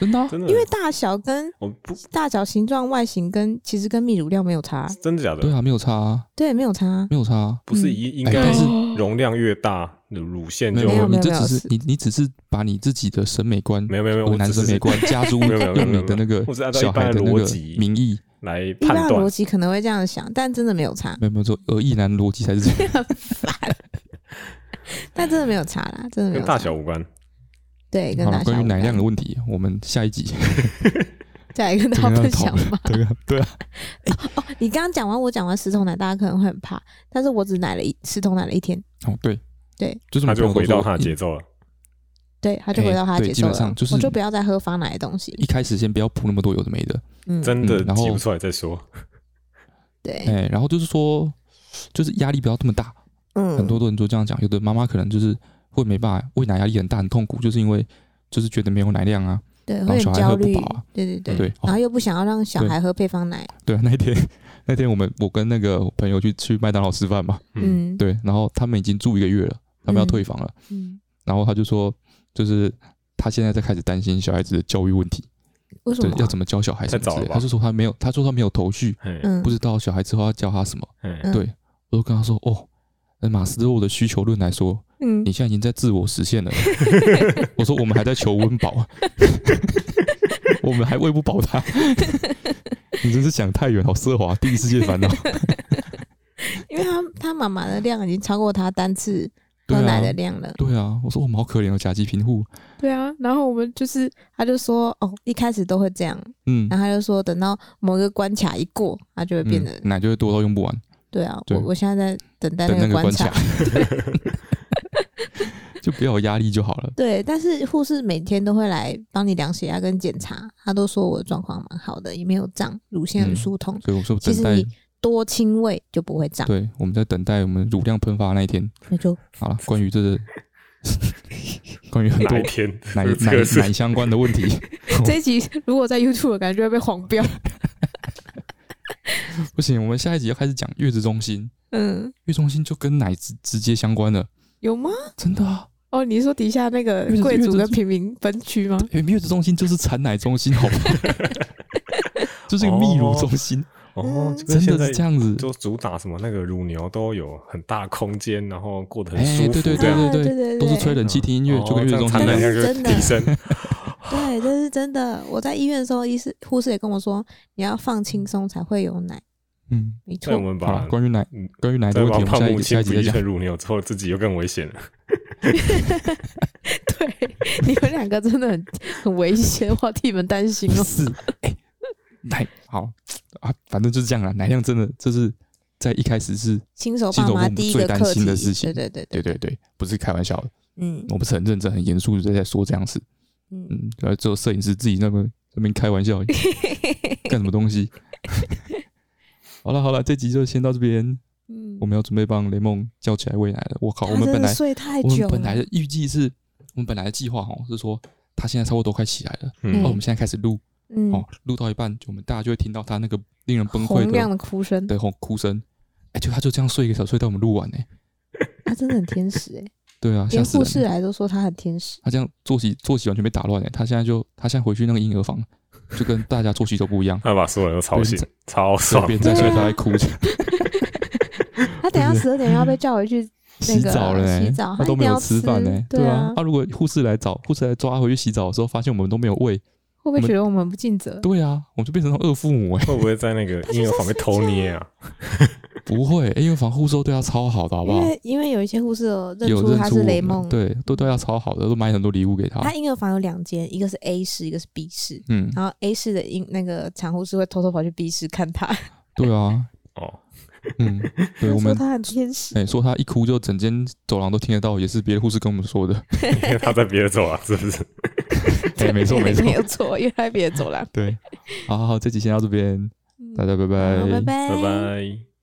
真的啊、
真的？
因为大小跟
我不
大小、形状、外形跟其实跟泌乳量没有差，
真的假
对
的？
啊，没有差、啊，
对，没有差。
没有差、啊。
不是应应
哎
该
但是
哦
<laughs>
容量越大，乳腺
没
就
有
没有
你这
没有
只
是
是你你只是把你自己的审美观
没有没有没有，
和
我
男
只
审美
是
观加诸
没有没有没有
用
没有
你的那个
我只是按照一
小
般
孩
的
的那
逻
个
辑
名义，
来
一般
判
的
断
逻。辑可能会这样想，但真的没有差，
没有没有错，而意男逻辑才是这
<laughs>
样。
但真的没有差啦，真的没
跟
有
大
差。
小无关，
对，跟
好
大
了，
小
关于
无
奶量
关
的问题，我们下
<laughs>
一集
再来跟
再
大家
跟大家
分
讨
享
论
吧。。
对啊，对啊，
你刚刚讲完，我讲完十桶奶，大家可能会很怕，但是我只奶了一十桶奶了一天，
哦对
对，
就是
他
我
就
朋友都
回到
说
他的
一
节奏了。
对，他就回到他
哎
的
对
节
基
奏
本
了，
上就是
我就不要再喝发奶的东西，
一开始先不要铺那么多有的没的，
嗯，
真的
嗯然后
挤不出来再说。
对，
哎、然后就是说，就是压力不要这么大。
嗯，
很多人都这样讲，有的妈妈可能就是会没办法，喂奶压力很大，很痛苦，就是因为就是觉得没有奶量啊。
对
后
会
小
很
孩
焦
喝不
虑
饱啊，
对对对，
对哦
然后又不想要让小
对
孩喝配方奶，
对啊，那一天那天我们我跟那个朋友去去麦当劳吃饭嘛，
嗯，
嗯，
对，然后他们已经住一个月了，他们要退房了，
嗯，
然后他就说，就是他现在在开始担心小孩子的教育问题，
为什
对
么，啊？
要怎么教小孩什么
太
之
早
类的，
了吧
他就说他没有，他说他没有头绪，
嗯
嗯，
不知道小孩之后要教他什么。
嗯
嗯
对我就跟他说，哦，那马斯洛的需求论来说，
嗯
你，现在已经在自我实现了。我说我们还在求温饱， <laughs> 我们还喂不饱他。 <laughs> 你真是想太远，好奢华，第一世界烦恼。
因为他
他妈妈的量已经超过他单次
对
喝奶
啊，
的量了。
对啊，我说我们好可怜哦，甲级贫户，
对啊，然后我们就是，他就说哦，一开始都会这样，
嗯，
然后他就说等到某个关卡一过，他就会变
嗯
得、
奶就会多到用不完，
对啊。
对
我我现在在等待
等
那
那
个
个
关
关
卡
卡，，就不要有压力就好了。
<laughs> 对，但是护士每天都会来帮你量血压跟检查，他都说我的状况蛮好的，也没有胀，乳腺很
嗯
疏通，
所以我说
其
等
实
待
你，多亲喂就不会胀，
对，我们在等待我们乳量喷发的那一天。
那就
好了，关于这个， <laughs> 关于很
哪
多
一天？
<laughs> 奶
<laughs> 这个
奶
是
奶相关的问题， <laughs>
这一集如果在 YouTube，感觉会被黄标。
不行，我们下一集要开始讲月子中心，
嗯，
月子中心就跟奶直直接相关了，
有吗？
真的啊！
哦，你说底下那个
因为这
贵族
因为
跟
这
平民分区
<laughs>
吗？
因为月子中心就是产奶中心，好不好？ <laughs> 就是一个泌乳中心，
哦，就跟
真
现
的
在
是这样子。
就主打什么那个乳牛都有很大空间，然后过得很
哎
舒服，
对对
这样
啊
对
对对
都是吹冷气、听音乐，
哦
就跟月子中心
这
一
样产
样。
能量就
真的
<laughs>
提升。
对，这是真的。我在医院的时候，医师护士也跟我说，你要放轻松才会有奶，
嗯，
没
那我
错。
们
好
把
了，关于奶
嗯，
关于奶
再
的问
把
题，我们
胖
下一
母
集下
亲
一集
逼
再讲
成。乳牛之后，自己又更危险了。
对，你们两个真的很很危险，我要替你们担心
不 <laughs>
哦。
是，哎，奶好啊，反正就是这样了。奶量真的，这是在一开始是，
新手
新
爸
手
妈
父母
第一
最
个
担
课题，
心的事情
对对
对
对对，
对对，不是开玩笑的。
嗯
我不是很认真、很严肃的在说这样子。
嗯，
嗯，然后只有摄影师自己那边那边开玩笑而已，干什么东西？ <laughs> 好了好了，这集就先到这边。
嗯
我们要准备帮雷梦叫起来喂奶了。我靠，我
他
们
真
本
的
来
睡太
我们
久
本来
了，
的预计是，我们本来的计划哦是说他现在差不多都快起来了，
嗯
哦，我们现在开始录
嗯，
哦，录到一半就我们大家就会听到他那个令人崩溃
洪亮
的
的哭声，
的吼哭声，哎，就他就这样睡一个小时，睡到我们录完呢。
他真的很天使哎，
对 <laughs> 啊，吓
连
死
护士
人了！
来都说他很
<laughs>
天使，
他这样作息作息完全被打乱哎，他现在就他现在回去那个婴儿房，就跟大家作息都不一 <laughs> 样。
<laughs> 他把所有人都吵醒
对，
超爽。
边在睡，他还哭着，
他等一下
对
十二点要被叫回去
<laughs>
那
洗
个呃
澡了欸
洗澡，
他都
一
没
定
有
要
吃饭呢。
对
啊
啊，，
啊，如果护士来找，护士来抓他回去洗澡的时候，发现我们都没有喂，
会不会觉得我们不尽责？
对啊，我们就变成那种恶父母哎。
<laughs> 会不会在那个婴儿房被偷捏啊？
不会，因为防护都对他超好的，好不
因
好？
为因为有一些护士有认
有
出
认
他
出我
是雷
们
梦，
对，都对他超好的，都买很多礼物给
他
他。
婴儿房有两间，一个是 A 室，一个是 B 室。
嗯，
然后 A 室的婴那个产护士会偷偷跑去 B 室看他，
对啊，
哦，
嗯，对我
说
们。
他很天使。
哎，说他一哭就整间走廊都听得到，也是别的护士跟我们 <laughs> 说的。
因为他在别的走啊，是不是？
哎，没错没
<laughs>
错
没，有错，因为他别走了。
对。好好好，这集先到这边，大家拜
嗯好，
拜，
拜拜，
拜。拜。